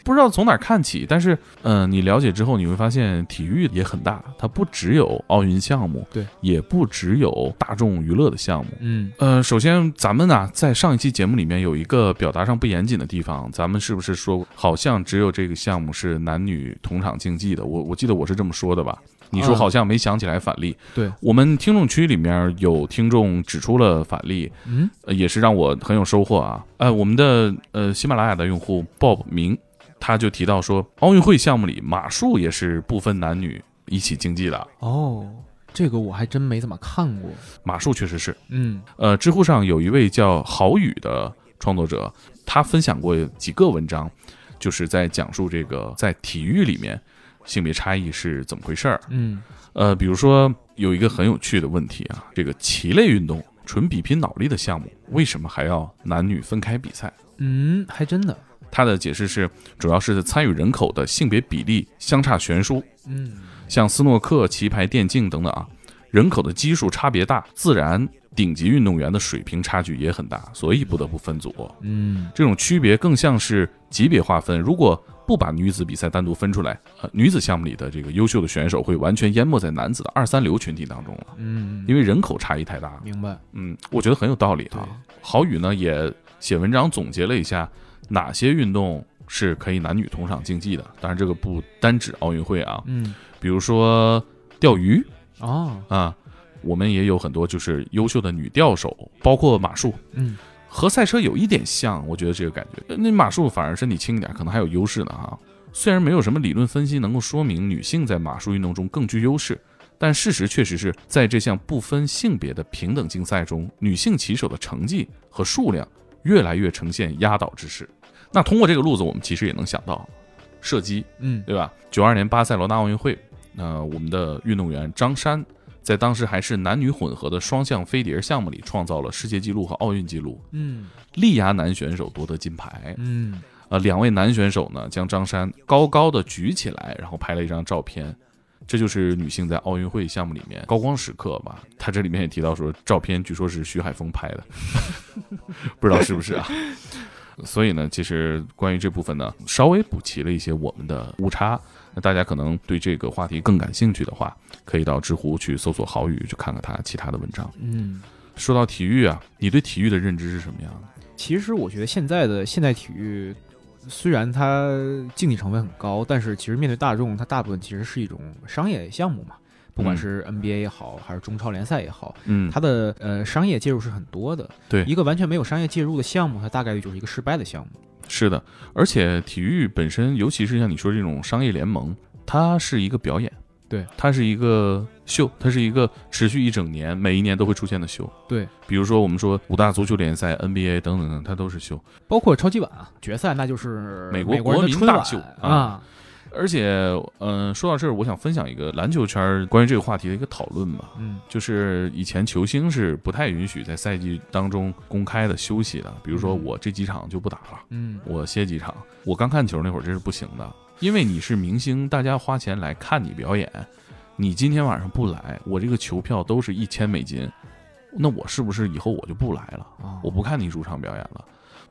不知道从哪儿看起，但是，嗯、你了解之后，你会发现体育也很大，它不只有奥运项目，
对，
也不只有大众娱乐的项目，
嗯
呃，首先咱们呢、在上一期节目里面有一个表达上不严谨的地方，咱们是不是说好像只有这个项目是男女同场竞技的？我我记得我是这么说的吧？你说
嗯
好像没想起来反例。
对
我们听众区里面有听众指出了反例，
嗯
呃也是让我很有收获啊。呃，我们的呃喜马拉雅的用户 Bob 明，他就提到说，奥运会项目里马术也是不分男女一起竞技的，
哦，这个我还真没怎么看过。
马术确实是。
嗯
呃，知乎上有一位叫郝宇的创作者，他分享过几个文章，就是在讲述这个在体育里面性别差异是怎么回事儿。
嗯
呃，比如说有一个很有趣的问题啊，这个棋类运动纯比拼脑力的项目，为什么还要男女分开比赛？
嗯，还真的。
他的解释是，主要是参与人口的性别比例相差悬殊，
嗯
像斯诺克、棋牌、电竞等等啊，人口的基数差别大，自然顶级运动员的水平差距也很大，所以不得不分组。
嗯
这种区别更像是级别划分，如果不把女子比赛单独分出来，呃，女子项目里的这个优秀的选手会完全淹没在男子的二三流群体当中了，
嗯，
因为人口差异太大。
明白。
嗯，我觉得很有道理
对
啊。郝宇呢也写文章总结了一下哪些运动是可以男女同场竞技的，当然这个不单指奥运会啊，
嗯
比如说钓鱼
哦
啊，我们也有很多就是优秀的女钓手，包括马术。
嗯
和赛车有一点像，我觉得这个感觉。那马术反而身体轻一点，可能还有优势呢哈。虽然没有什么理论分析能够说明女性在马术运动中更具优势，但事实确实是在这项不分性别的平等竞赛中，女性骑手的成绩和数量越来越呈现压倒之势。那通过这个路子，我们其实也能想到，射击
嗯
对吧？九二年巴塞罗那奥运会，呃，我们的运动员张珊在当时还是男女混合的双向飞碟项目里创造了世界纪录和奥运纪录，
嗯
力压男选手夺得金牌。
嗯
呃，两位男选手呢，将张珊高高的举起来，然后拍了一张照片。这就是女性在奥运会项目里面高光时刻吧。他这里面也提到说，照片据说是徐海峰拍的， 不知道是不是啊？所以呢，其实关于这部分呢，稍微补齐了一些我们的误差。那大家可能对这个话题更感兴趣的话，可以到知乎去搜索郝宇，去看看他其他的文章。
嗯。
说到体育啊，你对体育的认知是什么样的？
其实我觉得现在的现代体育，虽然它竞技成分很高，但是其实面对大众，它大部分其实是一种商业项目嘛。不管
嗯
是 NBA 也好，还是中超联赛也好，
嗯
它的呃商业介入是很多的。
对
一个完全没有商业介入的项目，它大概率就是一个失败的项目。
是的，而且体育本身，尤其是像你说这种商业联盟，它是一个表演，
对，
它是一个秀，它是一个持续一整年，每一年都会出现的秀。
对，
比如说我们说五大足球联赛、NBA 等等等，它都是秀。
包括超级碗啊，决赛那就是
美国
国人
国
的
民
春
大
晚
秀啊
啊。
而且，嗯、说到这儿，我想分享一个篮球圈儿关于这个话题的一个讨论吧。
嗯
就是以前球星是不太允许在赛季当中公开的休息的，比如说我这几场就不打了，
嗯
我歇几场。我刚看球那会儿这是不行的，因为你是明星，大家花钱来看你表演，你今天晚上不来，我这个球票都是一千美金，那我是不是以后我就不来了？
啊，
我不看你主场表演了。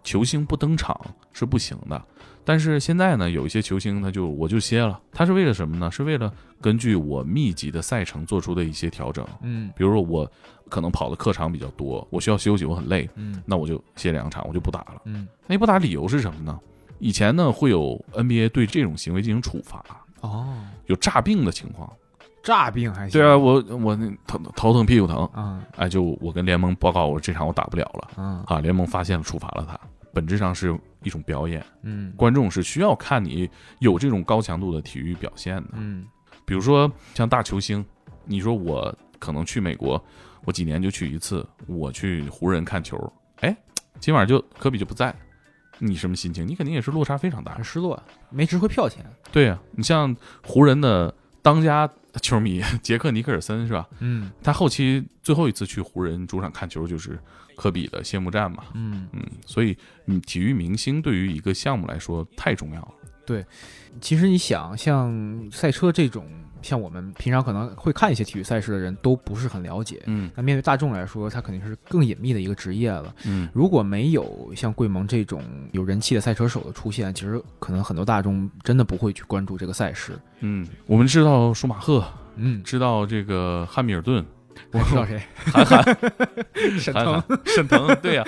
球星不登场是不行的，但是现在呢，有一些球星他就我就歇了，他是为了什么呢？是为了根据我密集的赛程做出的一些调整，
嗯
比如说我可能跑的客场比较多，我需要休息，我很累，
嗯
那我就歇两场，我就不打了。
嗯
那你不打理由是什么呢？以前呢会有 NBA 对这种行为进行处罚，
哦，
有诈病的情况，
诈病还行。
对啊，我我那头头疼屁股疼，
啊
哎，就我跟联盟报告，我这场我打不了了
啊
啊！联盟发现了，处罚了他，本质上是一种表演，
嗯
观众是需要看你有这种高强度的体育表现的。
嗯
比如说像大球星，你说我可能去美国，我几年就去一次，我去湖人看球，哎，今晚就科比就不在，你什么心情？你肯定也是落差非常大
很。失落，没值回票钱。
对呀、你像湖人的当家球迷杰克尼克尔森是吧？
嗯
他后期最后一次去湖人主场看球就是科比的谢幕战嘛。
嗯，
嗯，所以你体育明星对于一个项目来说太重要了。
其实你想，像赛车这种，像我们平常可能会看一些体育赛事的人都不是很了解。
嗯
那面对大众来说，它肯定是更隐秘的一个职业了。
嗯，
如果没有像桂盟这种有人气的赛车手的出现，其实可能很多大众真的不会去关注这个赛事。
嗯，我们知道舒马赫，
嗯，
知道这个汉密尔顿，
我知道谁，
韩寒，
沈
韩
腾
寒，， 沈腾，对 呀、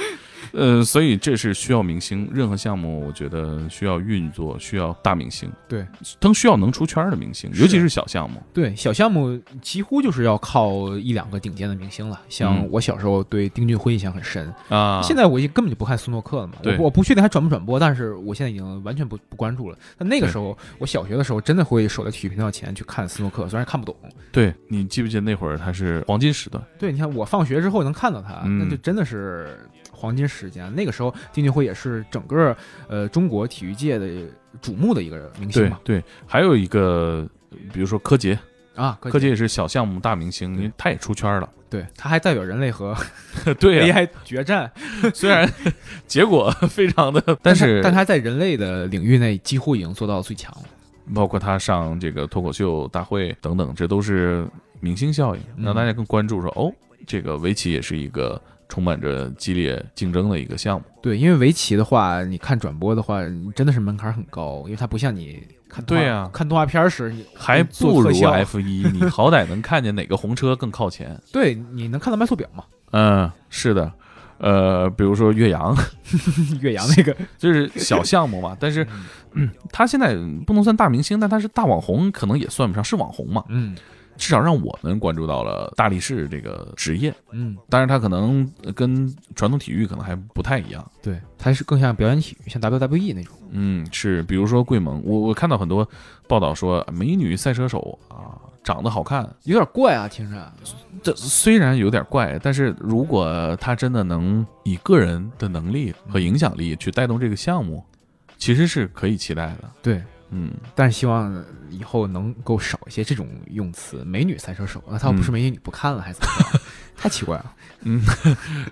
呃，所以这是需要明星，任何项目我觉得需要运作，需要大明星，
对，
他需要能出圈的明星，
是
尤其是小项目。
对，小项目几乎就是要靠一两个顶尖的明星了。像
嗯
我小时候对丁俊晖印象很深，
啊，
现在我已经根本就不看苏诺克了嘛。我
对
不我不确定还转不转播，但是我现在已经完全不不关注了。但那个
对
时候，我小学的时候真的会守在体育频道前去看斯诺克，虽然看不懂。
对你记不记得那会儿他是黄金时段？
对，你看我放学之后能看到他，
嗯
那就真的是黄金时间。那个时候，丁俊晖也是整个呃中国体育界的瞩目的一个明星
对
嘛。
对，还有一个，比如说柯洁，
啊，
柯
洁，
洁也是小项目大明星，因为他也出圈了。
对，他还代表人类和
对啊呀、
AI 决战，
虽然 结果非常的，但是
但他在人类的领域内几乎已经做到最强了。
包括他上这个脱口秀大会等等，这都是明星效应，
嗯
让大家更关注说，哦，这个围棋也是一个充满着激烈竞争的一个项目。
对，因为围棋的话，你看转播的话，你真的是门槛很高，因为它不像你看动画
对啊
看动画片儿时，你
还不
做特
如
效
F 一，你好歹能看见哪个红车更靠前。
对你能看到卖速表嘛？
嗯，是的，呃，比如说岳阳，
岳阳那个，
这是小项目嘛，但是他现在不能算大明星，但他是大网红，可能也算不上是网红嘛，
嗯
至少让我们关注到了大力士这个职业。
嗯，
但是他可能跟传统体育可能还不太一样。
对，它是更像表演体育，像 WWE 那种。
嗯，是，比如说桂盟，我我看到很多报道说，美女赛车手啊，长得好看，
有点怪啊，听着，
这虽然有点怪，但是如果她真的能以个人的能力和影响力去带动这个项目，其实是可以期待的。
对，
嗯，
但是希望以后能够少一些这种用词。美女赛车手，那他要不是
嗯
美女，不看了还是怎么 着？太奇怪了。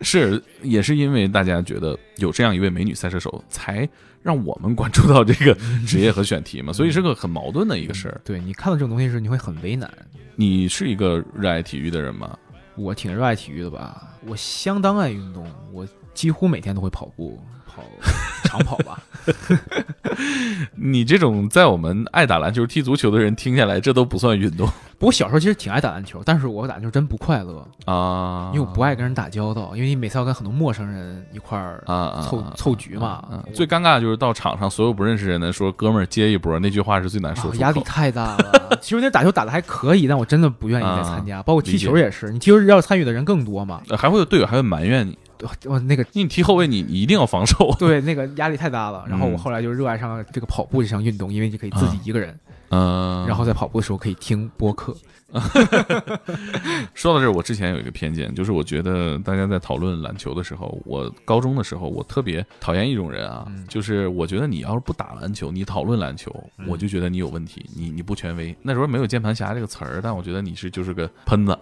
是，也是因为大家觉得有这样一位美女赛车手，才让我们关注到这个
嗯
职业和选题嘛，所以是个很矛盾的一个事儿。
对你看到这种东西时，你会很为难。
你是一个热爱体育的人吗？
我挺热爱体育的吧，我相当爱运动，我几乎每天都会跑步，跑长跑 吧。
你这种在我们爱打篮球、踢足球的人听下来，这都不算运 动
不过小时候其实挺爱打篮球，但是我打篮球真不快乐，
啊
因为我不爱跟人打交道，因为你每次要跟很多陌生人一块儿
啊啊
凑、
啊
凑局嘛，
啊
我
最尴尬的就是到场上所有不认识人的说“哥们儿接一波”那句话是最难说出
啊
口。
压力太大了。其实那打球打的还可以，但我真的不愿意再参加，包括踢
啊理解
球也是，你踢球要参与的人更多嘛，
呃还会有队友还会埋怨你，
对我那个。
你踢后卫你你一定要防守。
对，那个压力太大了。然后我
嗯
后来就热爱上了这个跑步这项运动，因为你可以自己一个人，
嗯，
然后在跑步的时候可以听播客。
说到这儿，我之前有一个偏见，就是我觉得大家在讨论篮球的时候，我高中的时候我特别讨厌一种人啊，
嗯
就是我觉得你要是不打篮球，你讨论篮球，
嗯
我就觉得你有问题，你你不权威。那时候没有键盘侠这个词儿，但我觉得你是就是个喷 子。啊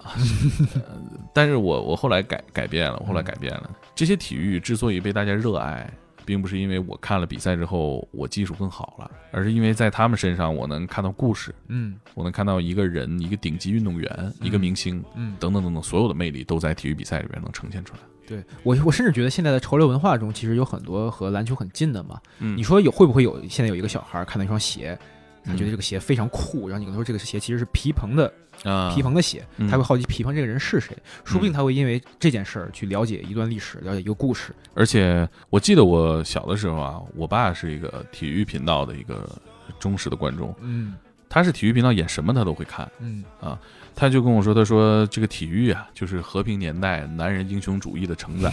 呃但是我我后来改改变了，我后
嗯
来改变了。这些体育之所以被大家热爱。并不是因为我看了比赛之后我技术更好了，而是因为在他们身上我能看到故事，
嗯
我能看到一个人、一个顶级运动员、一个明星，
嗯，
等等等等，所有的魅力都在体育比赛里边能呈现出来。
对我，我甚至觉得现在的潮流文化中，其实有很多和篮球很近的嘛。
嗯
你说有会不会有现在有一个小孩看到一双鞋，他觉
嗯
得这个鞋非常酷，然后你跟他说这个鞋其实是皮蓬的
啊
皮，蓬的鞋，
嗯
他会好奇皮蓬这个人是谁，说不定他会因为这件事儿去了解一段历史，了解一个故事。
而且我记得我小的时候啊，我爸是一个体育频道的一个忠实的观众，
嗯
他是体育频道演什么他都会看。
嗯
他就跟我说，他说这个体育啊，就是和平年代男人英雄主义的 承载。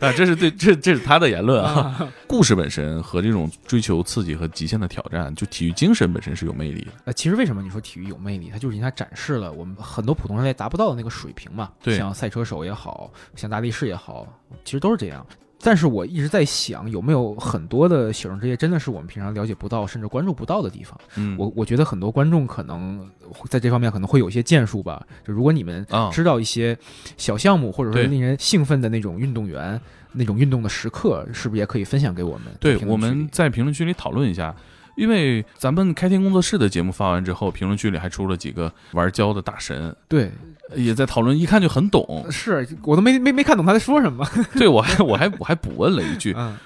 啊，这是对，这这是他的言论啊。
啊，
故事本身和这种追求刺激和极限的挑战，就体育精神本身是有魅力的。
呃，其实为什么你说体育有魅力？它就是人家展示了我们很多普通人类达不到的那个水平嘛。
对
像赛车手也好像大力士也好，其实都是这样。但是我一直在想，有没有很多的小众职业真的是我们平常了解不到，甚至关注不到的地方？
嗯
我我觉得很多观众可能在这方面可能会有一些建树吧。就如果你们
啊，
知道一些小项目，或者说
对
令人兴奋的那种运动员、那种运动的时刻，是不是也可以分享给我们？
对
评，论
我
区
们
里
在评论区里讨论一下，因为咱们开天工作室的节目发完之后，评论区里还出了几个玩胶的大神，
对。
也在讨论，一看就很懂
是我都没没没看懂他在说什么。
对我还我还我还补问了 一句，
嗯，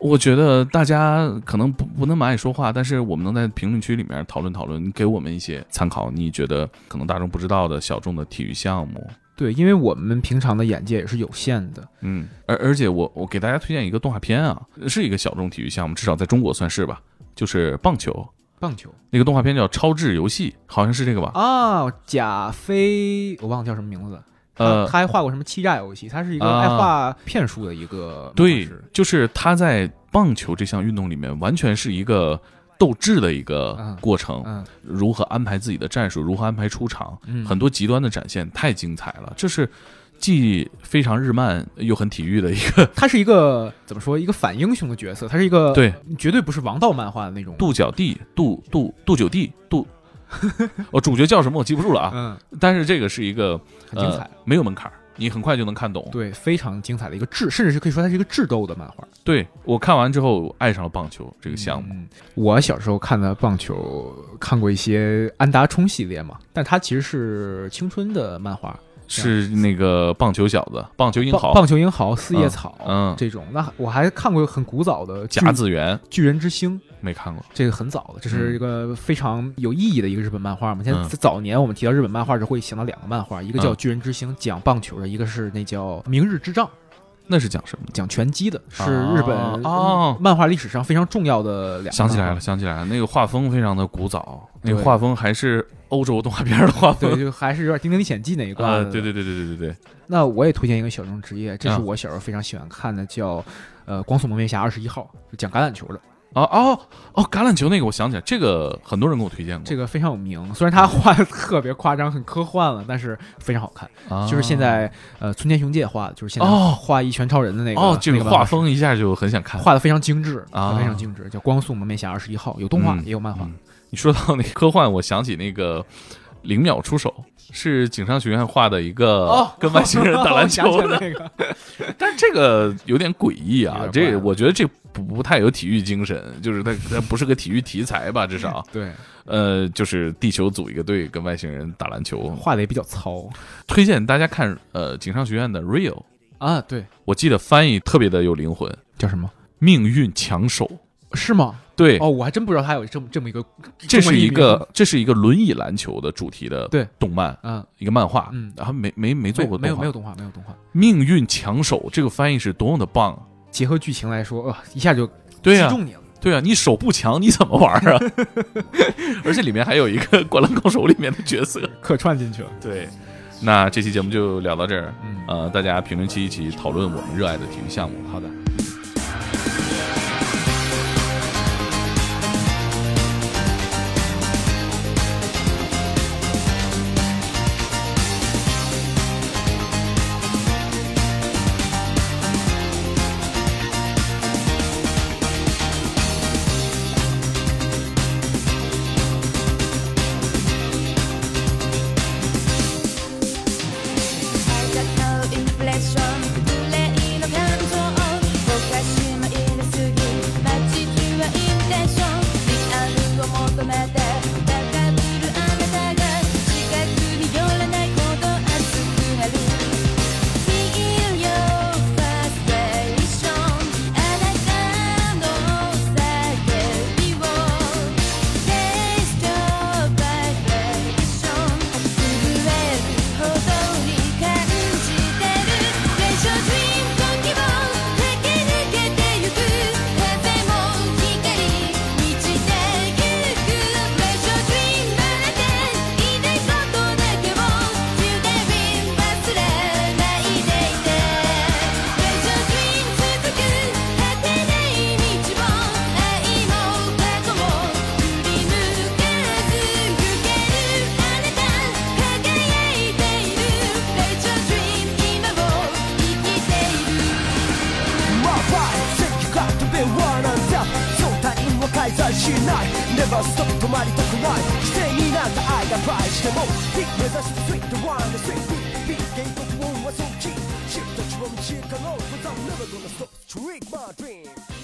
我觉得大家可能不不那么爱说话，但是我们能在评论区里面讨论讨论，给我们一些参考。你觉得可能大众不知道的小众的体育项目，
对，因为我们平常的眼界也是有限的。
嗯，而而且我我给大家推荐一个动画片啊，是一个小众体育项目，至少在中国算是吧，就是棒球。
棒球
那个动画片叫《超智游戏》，好像是这个吧？
啊，贾飞，我忘了叫什么名字了。
呃
他，他还画过什么欺诈游戏？他是一个
啊
爱画骗术的一个漫画
对
师，
就是他在棒球这项运动里面，完全是一个斗智的一个
嗯
过程，
嗯
如何安排自己的战术，如何安排出场，
嗯，
很多极端的展现太精彩了。这是既非常日漫又很体育的一个
他是一个怎么说？一个反英雄的角色，他是一个
对，
绝 对不是王道漫画的那种。
杜角地、杜杜杜九地、 杜，哦，主角叫什么我记不住了啊。
嗯，
但是这个是一个
很精彩。
呃没有门槛儿，你很快就能看懂。
对，非常精彩的一个智，甚至是可以说它是一个智斗的漫画。
对我看完之后我爱上了棒球这
这
个项目。
嗯，我小时候看的棒球，看过一些安达充系列嘛，但它其实是青春的漫画，
是那个棒球小子、棒球英
棒
豪、
棒球英豪、四叶草、
嗯嗯
这种。那我还看过很古早的巨
甲子园
巨人之星，
没看过，
这个很早的，这是一个非常有意义的一个日本漫画嘛。现在
嗯
早年我们提到日本漫画时会想到两个漫画，一个叫《巨人之星》，讲棒球的；一个是那叫《明日之丈》，
那是讲什么的？
讲拳击的，是日本
哦哦
漫画历史上非常重要的两个。
想起来了，，想起来了，那个画风非常的古早，那
对
个画风还是欧洲动画片的画
对，
风
就还是有点《丁丁历险记》那 一挂
啊，
的。
对对对对对对对，
那我也推荐一个小众职业，这
啊
是我小时候非常喜欢看的，叫呃《光速蒙面侠二十一号》，就讲橄榄球的，
哦哦哦，橄榄球那个我想起来，这个很多人给我推荐过，
这个非常有名。虽然他画的特别夸张，很科幻了，但是非常好看。
啊
就是现在呃村田雄介画的，就是现在
哦
画一拳超人的那个
哦，这
那
个
个
画
漫画
风一下就很想看。
画的非常精致
啊
非常精致，叫《光速蒙面侠二十一号》，有动画
嗯
也有漫画
嗯。你说到那个科幻，我想起那个零秒出手是井上学院画的一个哦跟外星人打 篮球的，
那个，
但是这个有点诡异啊
有，点怪
这个我觉得这不不太有体育精神，就是它它不是个体育题材
嗯
吧，至少
对，
呃，就是地球组一个队跟外星人打篮球。
画的也比较糙
推荐大家看呃井上学院的 Real，
啊。对，
我记得翻译特别的有灵魂，
叫什么？
命运强手。
是吗？
对，
哦，我还真不知道他有这么这么一个
这是一
中文译
个这是一个轮椅篮球的主题的
对
动漫，
名。嗯，
一个漫画，
嗯
然后没没没做过
没有
动画
没有动画，没有动画。
命运强手这个翻译是多么的棒啊！
结合剧情来说，哇，一下就
对啊呀、
击中你了。
对呀、你手不强你怎么玩啊？ 而且里面还有一个《灌篮高手》里面的角色。
客串进去了，
对，那这期节目就聊到这儿，
嗯
呃，大家评论区一起讨论我们热爱的体育项目。
好的。
I got no inflation，不累の感情しない Never stop 止まりたくない犠牲になった愛が倍してもピッ目指す Sweet one Sweet beat 原告音は尊敬シフトちは道可能 But I'm never gonna stop to reach my dream